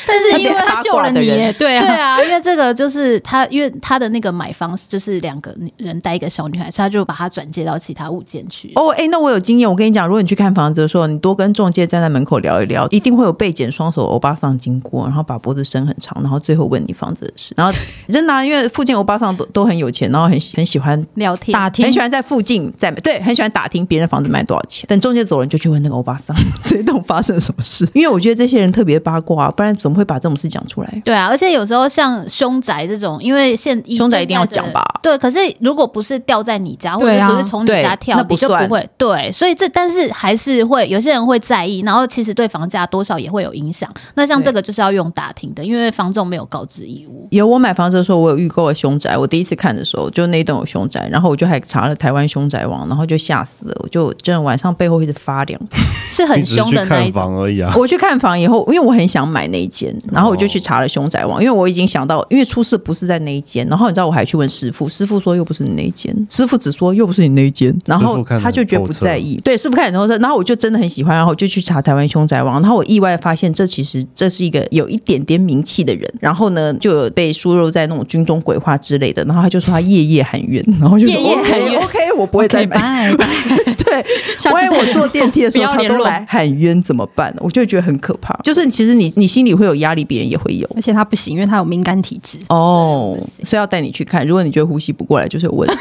Speaker 2: 但
Speaker 1: 特
Speaker 2: 是
Speaker 1: 别
Speaker 2: 因为
Speaker 1: 八卦
Speaker 2: 他救了
Speaker 1: 的
Speaker 2: 你
Speaker 1: 人
Speaker 2: 耶，对啊，
Speaker 3: 对啊，因为这个就是他，因为他的那个买方就是两个人带一个小女孩，所以他就把她转接到其他物件去。
Speaker 1: 哦，哎、那我有经验，我跟你讲，如果你去看房子的时候，你多跟中介站在门口聊一聊，一定会有被剪双手的欧巴桑经过，然后把脖子伸很长，然后最后问你房子的事。然后真的啊、因为附近欧巴桑都都很有钱，然后很喜很喜欢。
Speaker 3: 聊天
Speaker 2: 打听
Speaker 1: 很喜欢在附近在对，很喜欢打听别人的房子卖多少钱。等中介走了，你就去问那个欧巴桑，谁懂发生什么事？因为我觉得这些人特别八卦，不然怎么会把把这种事讲出来。
Speaker 3: 对啊，而且有时候像凶宅这种，因为现以
Speaker 1: 凶宅一定要
Speaker 3: 现在的
Speaker 1: 讲吧
Speaker 3: 对，可是如果不是掉在你家，或
Speaker 2: 对
Speaker 3: 者
Speaker 2: 啊
Speaker 3: 不是从你
Speaker 1: 对
Speaker 3: 家跳，
Speaker 1: 那不
Speaker 3: 你就
Speaker 1: 算
Speaker 3: 不会对。所以这但是还是会有些人会在意，然后其实对房价多少也会有影响。那像
Speaker 1: 对
Speaker 3: 这个就是要用打听的，因为房仲没有告知义务。
Speaker 1: 有我买房子的时候，我有预购了凶宅。我第一次看的时候，就那一栋有凶宅，然后我就还查了台湾凶宅网，然后就吓死了，我就真的晚上背后一直发凉。
Speaker 3: 是
Speaker 4: 你
Speaker 3: 很
Speaker 4: 只是
Speaker 3: 凶
Speaker 4: 去
Speaker 3: 的那一种。
Speaker 4: 看房而
Speaker 1: <laughs>
Speaker 4: 已啊。哦
Speaker 1: 我去看房以后，因为我很想买那一间，然后我就去查了凶宅网，因为我已经想到，因为出事不是在那一间，然后你知道我还去问师傅，师傅说又不是你那一间，师傅只说又不是你那一间，然
Speaker 4: 师
Speaker 1: 后
Speaker 4: 傅看得
Speaker 1: 他就觉得不
Speaker 4: 透彻
Speaker 1: 在意，对，师傅看然后说，然后我就真的很喜欢，然后我就去查台湾凶宅网，然后我意外地发现这其实这是一个有一点点名气的人，然后呢就有被输入在那种军中鬼话之类的，然后他就说他夜夜喊冤，然后就说
Speaker 3: 夜夜喊冤
Speaker 1: OK OK，我不会再
Speaker 2: OK，
Speaker 1: 买。
Speaker 2: 拜拜。
Speaker 1: <laughs> 对，
Speaker 2: 下次
Speaker 1: 万一
Speaker 2: 再
Speaker 1: 我
Speaker 2: 联
Speaker 1: 坐
Speaker 2: 络
Speaker 1: 电梯的时
Speaker 2: <laughs> 不
Speaker 1: 候，
Speaker 2: 要
Speaker 1: 他
Speaker 2: 联
Speaker 1: 都
Speaker 2: 络
Speaker 1: 来喊冤怎么办？我就会觉得很可怕。就是其实你你心里会有压力，别人也会有。
Speaker 2: 而且他不行，因为他有敏感体质。
Speaker 1: 哦，所以要带你去看。如果你觉得呼吸不过来，就是有问题。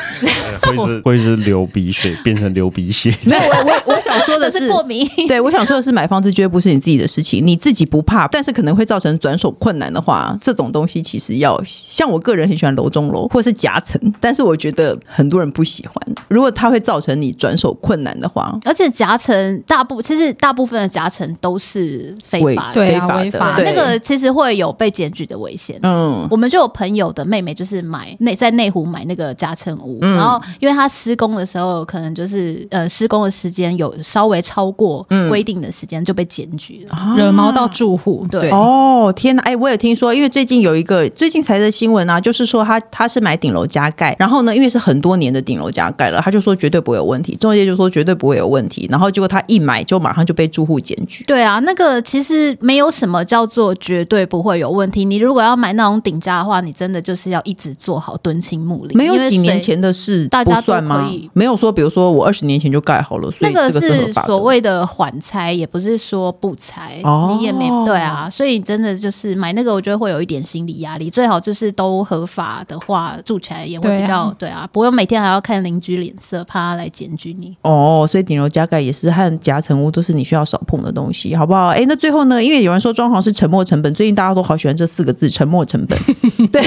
Speaker 4: 会是会是流鼻水，变成流鼻血。
Speaker 1: 没有，我我我想说的
Speaker 2: <laughs>
Speaker 3: 这
Speaker 1: 是
Speaker 3: 是过敏， <laughs>
Speaker 1: 对，我想说的是，买房子绝对不是你自己的事情，你自己不怕，但是可能会造成转手困难的话，这种东西其实要像我个人很喜欢楼中楼或是夹层，但是我觉得很多人不喜欢。如果它会造成你转手困难的话，
Speaker 3: 而且夹层大部其实大部分的夹层都是非
Speaker 1: 违
Speaker 3: 法的，
Speaker 2: 对
Speaker 1: 非
Speaker 2: 啊
Speaker 1: 法
Speaker 2: 违
Speaker 1: 的
Speaker 2: 法
Speaker 1: 对
Speaker 3: 那个其实会有被检举的危险。
Speaker 1: 嗯，
Speaker 3: 我们就有朋友的妹妹，就是买内在内湖买那个加成屋，
Speaker 1: 嗯
Speaker 3: 然后因为她施工的时候，可能就是呃施工的时间有稍微超过
Speaker 1: 嗯
Speaker 3: 规定的时间，就被检举
Speaker 1: 啊
Speaker 3: 了。
Speaker 2: 惹毛到住户，对，
Speaker 1: 哦，天哪！哎，我有听说，因为最近有一个最近才的新闻啊，就是说他他是买顶楼加盖，然后呢，因为是很多年的顶楼加盖了，他就说绝对不会有问题，中介就说绝对不会有问题，然后结果他一买就马上就被住户检举。
Speaker 3: 对啊，那个其实没有什么叫做绝对不会有问题。你如果要买那种顶加的话，你真的就是要一直做好蹲青木林，
Speaker 1: 没
Speaker 3: 因
Speaker 1: 有
Speaker 3: 为
Speaker 1: 几年
Speaker 3: 谁
Speaker 1: 前的事
Speaker 3: 大
Speaker 1: 不
Speaker 3: 家都
Speaker 1: 算吗
Speaker 3: 可以？
Speaker 1: 没有说，比如说我二十年前就盖好了，所
Speaker 3: 那
Speaker 1: 以这个合
Speaker 3: 是
Speaker 1: 法的。
Speaker 3: 所谓的缓拆，也不是说不拆，
Speaker 1: 哦
Speaker 3: 你也没对啊，所以真的就是买那个，我觉得会有一点心理压力。最好就是都合法的话，住起来也会
Speaker 2: 对啊
Speaker 3: 比较对啊，不用每天还要看邻居脸色，怕他来检举你。
Speaker 1: 哦，所以顶楼加盖也是和夹层屋都是你需要少碰的东西，好不好？哎，那最后呢？因为有人说装潢是沉没成本，最近大家都好喜欢这四个字“沉没成
Speaker 2: <laughs>
Speaker 1: 本”。对，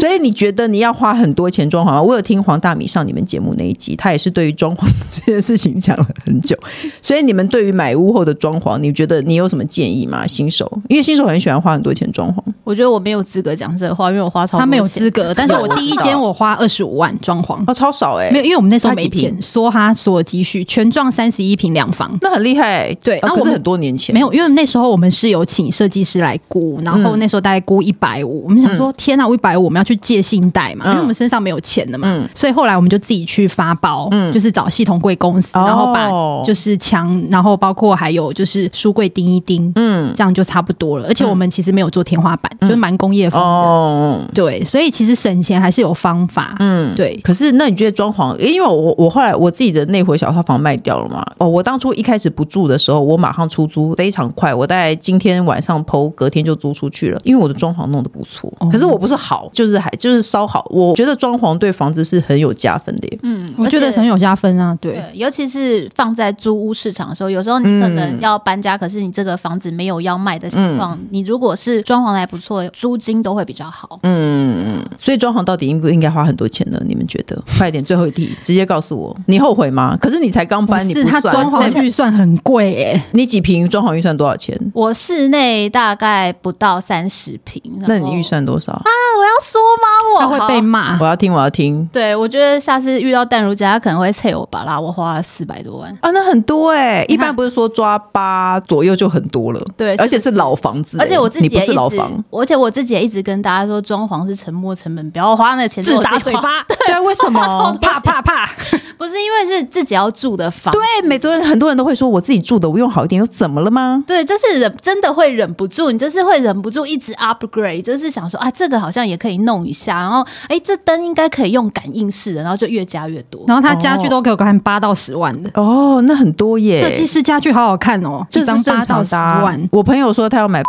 Speaker 1: 所以你觉得你要花很多钱装潢吗？啊我有听黄大米上你们节目那一集，他也是对于装潢这件事情讲了很久。所以你们对于买屋后的装潢，你觉得你有什么建议吗？新手，因为新手很喜欢花很多钱装潢。
Speaker 3: 我觉得我没有资格讲这话，因为我花超
Speaker 2: 他没有
Speaker 3: 多钱
Speaker 2: 资格。但是我第一
Speaker 1: 我知
Speaker 2: 间
Speaker 1: 道
Speaker 2: 我花二十五万装潢，
Speaker 1: 哦，超少哎、
Speaker 2: 没有，因为我们那时候
Speaker 1: 他几
Speaker 2: 没
Speaker 1: 平
Speaker 2: 钱，梭哈所有积蓄全幢三十一平两房。
Speaker 1: 那很厉害、欸，
Speaker 2: 对
Speaker 1: 啊
Speaker 2: 然后
Speaker 1: 可
Speaker 2: 我
Speaker 1: 是
Speaker 2: 们
Speaker 1: 很多年前
Speaker 2: 没有，因为那时候我们是有请设计师来估，然后那时候大概估一百五，我们想说天呐，一百五我们要去借信贷嘛，
Speaker 1: 嗯
Speaker 2: 因为我们身上没有钱的嘛，
Speaker 1: 嗯
Speaker 2: 所以后来我们就自己去发包，
Speaker 1: 嗯
Speaker 2: 就是找系统柜公司，
Speaker 1: 哦
Speaker 2: 然后把就是墙，然后包括还有就是书柜钉一钉，
Speaker 1: 嗯
Speaker 2: 这样就差不多了。而且我们其实没有做天花板，就是蛮工业风的，
Speaker 1: 哦。
Speaker 2: 对，所以其实省钱还是有方法，
Speaker 1: 嗯
Speaker 2: 对。
Speaker 1: 可是那你觉得装潢？因为我我后来我自己的那回小套房卖掉了嘛。哦，我当初一开始不住的时候，我马上出租，非常快。我大概今天晚上剖，隔天就租出去了。因为我的装潢弄得不错，
Speaker 2: 哦
Speaker 1: 可是我不是好，就是还就是稍好。我觉得装潢对房子是很有加分的耶。
Speaker 3: 嗯
Speaker 2: 我觉得很。
Speaker 3: 而且
Speaker 2: 有加分啊，对
Speaker 3: 对，尤其是放在租屋市场的时候，有时候你可
Speaker 1: 嗯
Speaker 3: 能要搬家，可是你这个房子没有要卖的情况，你如果是装潢得还不错，租金都会比较好。
Speaker 1: 嗯，所以装潢到底应不应该花很多钱呢？你们觉得？快点，最后一题，直接告诉我，你后悔吗？可是你才刚搬，你
Speaker 2: 是
Speaker 1: 不
Speaker 2: 它
Speaker 1: 算
Speaker 2: 装潢预算很贵欸诶、
Speaker 1: 你几平装潢预算多少钱？
Speaker 3: 我室内大概不到三十
Speaker 2: 哦
Speaker 3: 平，
Speaker 1: 那
Speaker 3: 然后
Speaker 1: 你预算多少？
Speaker 2: 啊
Speaker 3: 我要说吗？
Speaker 2: 它
Speaker 3: 我
Speaker 2: 会被。
Speaker 3: 好
Speaker 2: 骂
Speaker 1: 我。要听，我要听。
Speaker 3: 对，我觉得下次遇到淡如姐，她可能会啐我吧啦，我花了四百多万。
Speaker 1: 啊，那很多哎、一
Speaker 3: 你看
Speaker 1: 般不是说抓八左右就很多了，
Speaker 3: 对
Speaker 1: 而且是老房子欸、
Speaker 3: 而且我自己
Speaker 1: 你不
Speaker 3: 也一
Speaker 1: 是
Speaker 3: 直
Speaker 1: 老房，，
Speaker 3: 而且我自己也一直跟大家说，装潢是沉没成本，不要花那个钱
Speaker 2: 自打嘴。
Speaker 3: 是我
Speaker 2: 巴，
Speaker 1: 对啊，为什
Speaker 2: <laughs>
Speaker 1: 么怕怕怕？
Speaker 3: 己花 <laughs> 不是因为是自己要住的房。
Speaker 1: 对，啊每多人很多人都会说我自己住的，我用好一点，又怎么了吗？
Speaker 3: 对，就是忍，真的会忍不住，你就是会忍不住一直 upgrade，就是想说啊，这个好像也可以弄一下，然后哎，这灯应该可以用感应式的，然后就越加越多。
Speaker 2: 然后他家具都给我看八到十万的，
Speaker 1: 哦，那很多
Speaker 2: 设计
Speaker 1: 耶，
Speaker 2: 师家具好好看哦，
Speaker 1: 这
Speaker 2: 一张
Speaker 1: 是正
Speaker 2: 八
Speaker 1: 常
Speaker 2: 到十
Speaker 1: 的啊、
Speaker 2: 万。
Speaker 1: 我朋友说他要买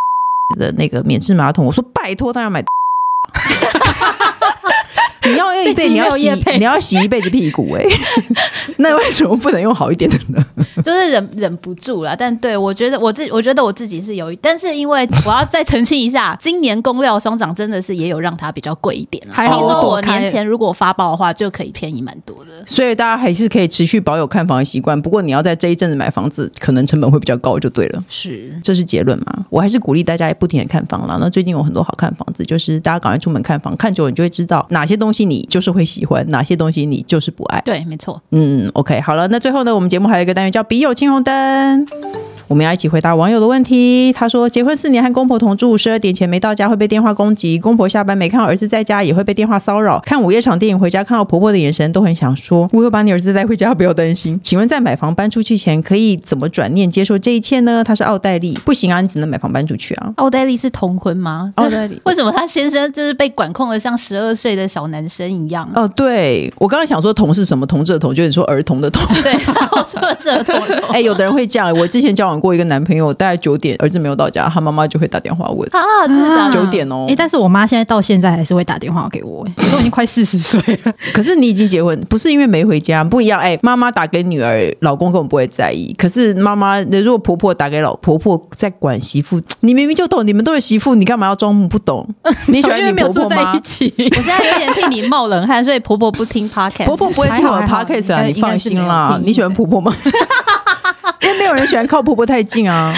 Speaker 1: 的那个免治马桶，我说拜托，他要买。你要用一辈，
Speaker 2: 这集
Speaker 1: 你要
Speaker 2: 没有
Speaker 1: 洗
Speaker 2: 业，配
Speaker 1: 你要洗一辈子屁股哎、那为什么不能用好一点的呢？
Speaker 3: 就是忍忍不住了。但对我觉得我自我觉得我自己是有一，但是因为我要再澄清一下，今年公料双涨真的是也有让它比较贵一点啦。
Speaker 2: 还好
Speaker 3: 听
Speaker 2: 我
Speaker 3: 说
Speaker 2: 躲
Speaker 3: 我
Speaker 2: 开
Speaker 3: 年前如果发包的话，就可以便宜蛮多的。
Speaker 1: 所以大家还是可以持续保有看房的习惯，不过你要在这一阵子买房子，可能成本会比较高，就对了。
Speaker 3: 是，
Speaker 1: 这是结论嘛？我还是鼓励大家也不停的看房啦。那最近有很多好看房子，就是大家赶快出门看房，看久了你就会知道哪些东西你就是会喜欢，哪些东西你就是不爱。
Speaker 3: 对，没错。
Speaker 1: 嗯，OK，好了，那最后呢，我们节目还有一个单元叫“笔友青红灯”，我们要一起回答网友的问题。他说，结婚四年和公婆同住，十二点前没到家会被电话攻击，公婆下班没看到儿子在家也会被电话骚扰，看午夜场电影回家看到婆婆的眼神都很想说：“我有把你儿子带回家，不要担心。”请问在买房搬出去前可以怎么转念接受这一切呢？他是奥黛丽，不行啊，你只能买房搬出去啊。
Speaker 3: 奥黛丽是同婚吗？
Speaker 1: 奥黛丽
Speaker 3: <laughs> 为什么他先生就是被管控的像十二岁的小男生一样？
Speaker 1: 哦，对我刚刚想说同是什么同志的同，就是你说儿童的童。
Speaker 3: 对，然后说是同婚
Speaker 1: <laughs> 哎、有的人会这样。我之前交往过一个男朋友，大概九点，儿子没有到家，他妈妈就会打电话问。
Speaker 3: 啊，真的假的
Speaker 1: 九点哦
Speaker 2: 哎、、但是我妈现在到现在还是会打电话给我、欸，
Speaker 1: <laughs>
Speaker 2: 我都已经快四十岁了。
Speaker 1: 可是你已经结婚，不是因为没回家，不一样。哎、妈妈打给女儿，老公根本不会在意。可是妈妈，如果婆婆打给老婆婆在管媳妇，你明明就懂，你们都有媳妇，你干嘛要装不懂？你喜欢
Speaker 2: 因为
Speaker 1: 你
Speaker 2: 没有
Speaker 1: 婆婆
Speaker 2: 住在
Speaker 1: 吗
Speaker 2: 一？起， <laughs>
Speaker 3: 我现在有点替你冒冷汗，所以婆婆不听 podcast。
Speaker 1: 婆婆不会听我的 podcast 啊，
Speaker 2: 还好
Speaker 1: 你放心
Speaker 2: 应该是没有
Speaker 1: 啦。
Speaker 2: 听
Speaker 1: 你喜欢婆婆吗？ <laughs> 因为没有人喜欢靠婆婆太近啊，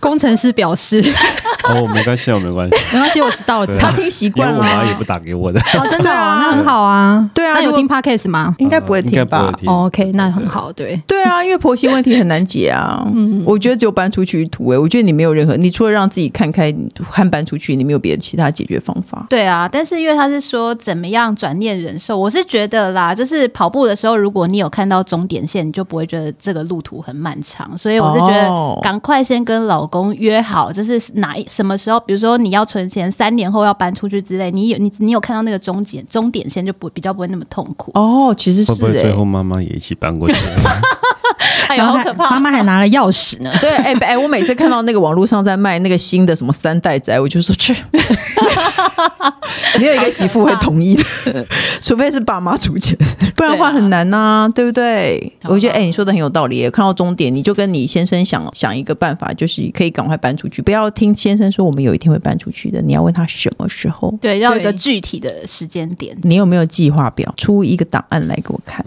Speaker 2: 工程师表示 <laughs>
Speaker 4: 哦，没关系啊，没关系，
Speaker 2: 没关系，我知道，我知
Speaker 4: 对
Speaker 2: 道
Speaker 1: 她
Speaker 4: 啊。
Speaker 1: 听习
Speaker 4: 因为
Speaker 1: 惯
Speaker 4: 我
Speaker 1: 了
Speaker 4: 妈也
Speaker 1: 啊
Speaker 4: 不。打给我的，
Speaker 2: 哦，真
Speaker 1: <laughs>
Speaker 2: 的
Speaker 1: 对啊
Speaker 2: 哦，那很好啊。
Speaker 1: 对啊
Speaker 2: 那有
Speaker 1: 如果
Speaker 2: 听 podcast 吗？
Speaker 1: 应该不会
Speaker 4: <laughs> 应该
Speaker 1: 听
Speaker 4: 不会
Speaker 1: 吧？
Speaker 4: 听。
Speaker 2: 哦 OK，那很好，对。
Speaker 1: 对啊，因为婆媳问题很难解啊。嗯，我觉得只有搬出去土哎、我觉得你没有任何，你除了让自己看开和搬出去，你没有别的其他解决方法。
Speaker 3: 对啊，但是因为他是说怎么样转念忍受，我是觉得啦，就是跑步的时候，如果你有看到终点线，你就不会觉得这个路途很漫长。所以我是觉
Speaker 1: 哦
Speaker 3: 得赶快先跟老公约好，就是哪一什么时候，比如说你要存钱，三年后要搬出去之类，你有你你有看到那个终点终点线，就不比较不会那么痛 <laughs> 苦。
Speaker 1: 哦，其实
Speaker 4: 会不
Speaker 1: 是
Speaker 4: 会
Speaker 1: 哎、
Speaker 4: 最后妈妈也一起搬过去？
Speaker 3: 哎呦，
Speaker 2: 然后
Speaker 3: 好
Speaker 2: 还
Speaker 3: 可怕！
Speaker 2: 妈妈还拿了钥
Speaker 1: <laughs>
Speaker 2: 匙呢。
Speaker 1: 对，哎、哎，我每次看到那个网络上在卖那个新的什么三代宅，我就说
Speaker 3: <laughs>
Speaker 1: 去，没有一个媳妇会同意的，除非是爸妈出钱，不然的话
Speaker 3: 对啊
Speaker 1: 很难呐、对不对？
Speaker 3: 好吧
Speaker 1: 我觉得哎、你说的很有道理耶，看到终点你就跟你先生想想一个办法，就是可以赶快搬出去，不要听先生说我们有一天会搬出去的，你要问他什么时候。
Speaker 3: 对，要有一个
Speaker 2: 对
Speaker 3: 具体的时间点。
Speaker 1: 你有没有计划表？出一个档案来给我看。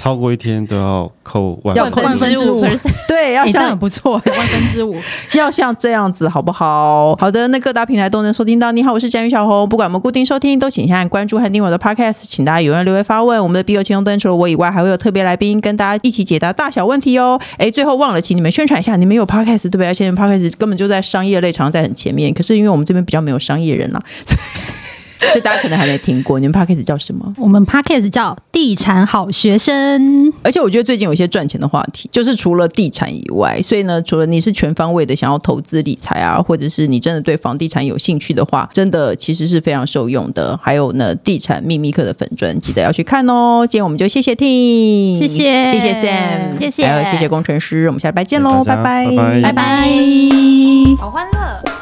Speaker 4: 超过一天都要扣万
Speaker 1: 要
Speaker 4: 分
Speaker 1: 扣
Speaker 4: 之
Speaker 1: 万
Speaker 2: 分之五
Speaker 1: 对，要
Speaker 2: 哎，这样
Speaker 1: 像
Speaker 2: 很不错，万分
Speaker 3: <laughs>
Speaker 2: 之五。
Speaker 1: <laughs> 要像这样子，好不好？好的，那各大平台都能收听到。你好，我是詹宇小红。不管我们固定收听，都请先按关注和订阅我的 Podcast，请大家踊跃留言发问。我们的笔友青龙灯除了我以外，还会有特别来宾跟大家一起解答大小问题哦。哎，最后忘了，请你们宣传一下，你们有 Podcast 对不对？而且你们 Podcast 根本就在商业类，常常在很前面。可是因为我们这边比较没有商业人啦、 <laughs> 所以所以大家可能还没听过。你们 Podcast 叫什么？
Speaker 2: <laughs> 我们 podcast 叫《地产好学生》，
Speaker 1: 嗯而且我觉得最近有一些赚钱的话题，就是除了地产以外，所以呢，除了你是全方位的想要投资理财啊，或者是你真的对房地产有兴趣的话，真的其实是非常受用的。还有呢，地产秘密课的粉砖，记得要去看哦。今天我们就谢谢 T，
Speaker 2: 谢谢
Speaker 1: 谢谢 Sam，
Speaker 3: 谢谢
Speaker 1: 还有谢谢工程师，我们下礼拜见喽，
Speaker 4: 大家
Speaker 1: 拜
Speaker 4: 拜拜
Speaker 3: 拜拜，
Speaker 2: 拜。
Speaker 3: 好欢乐。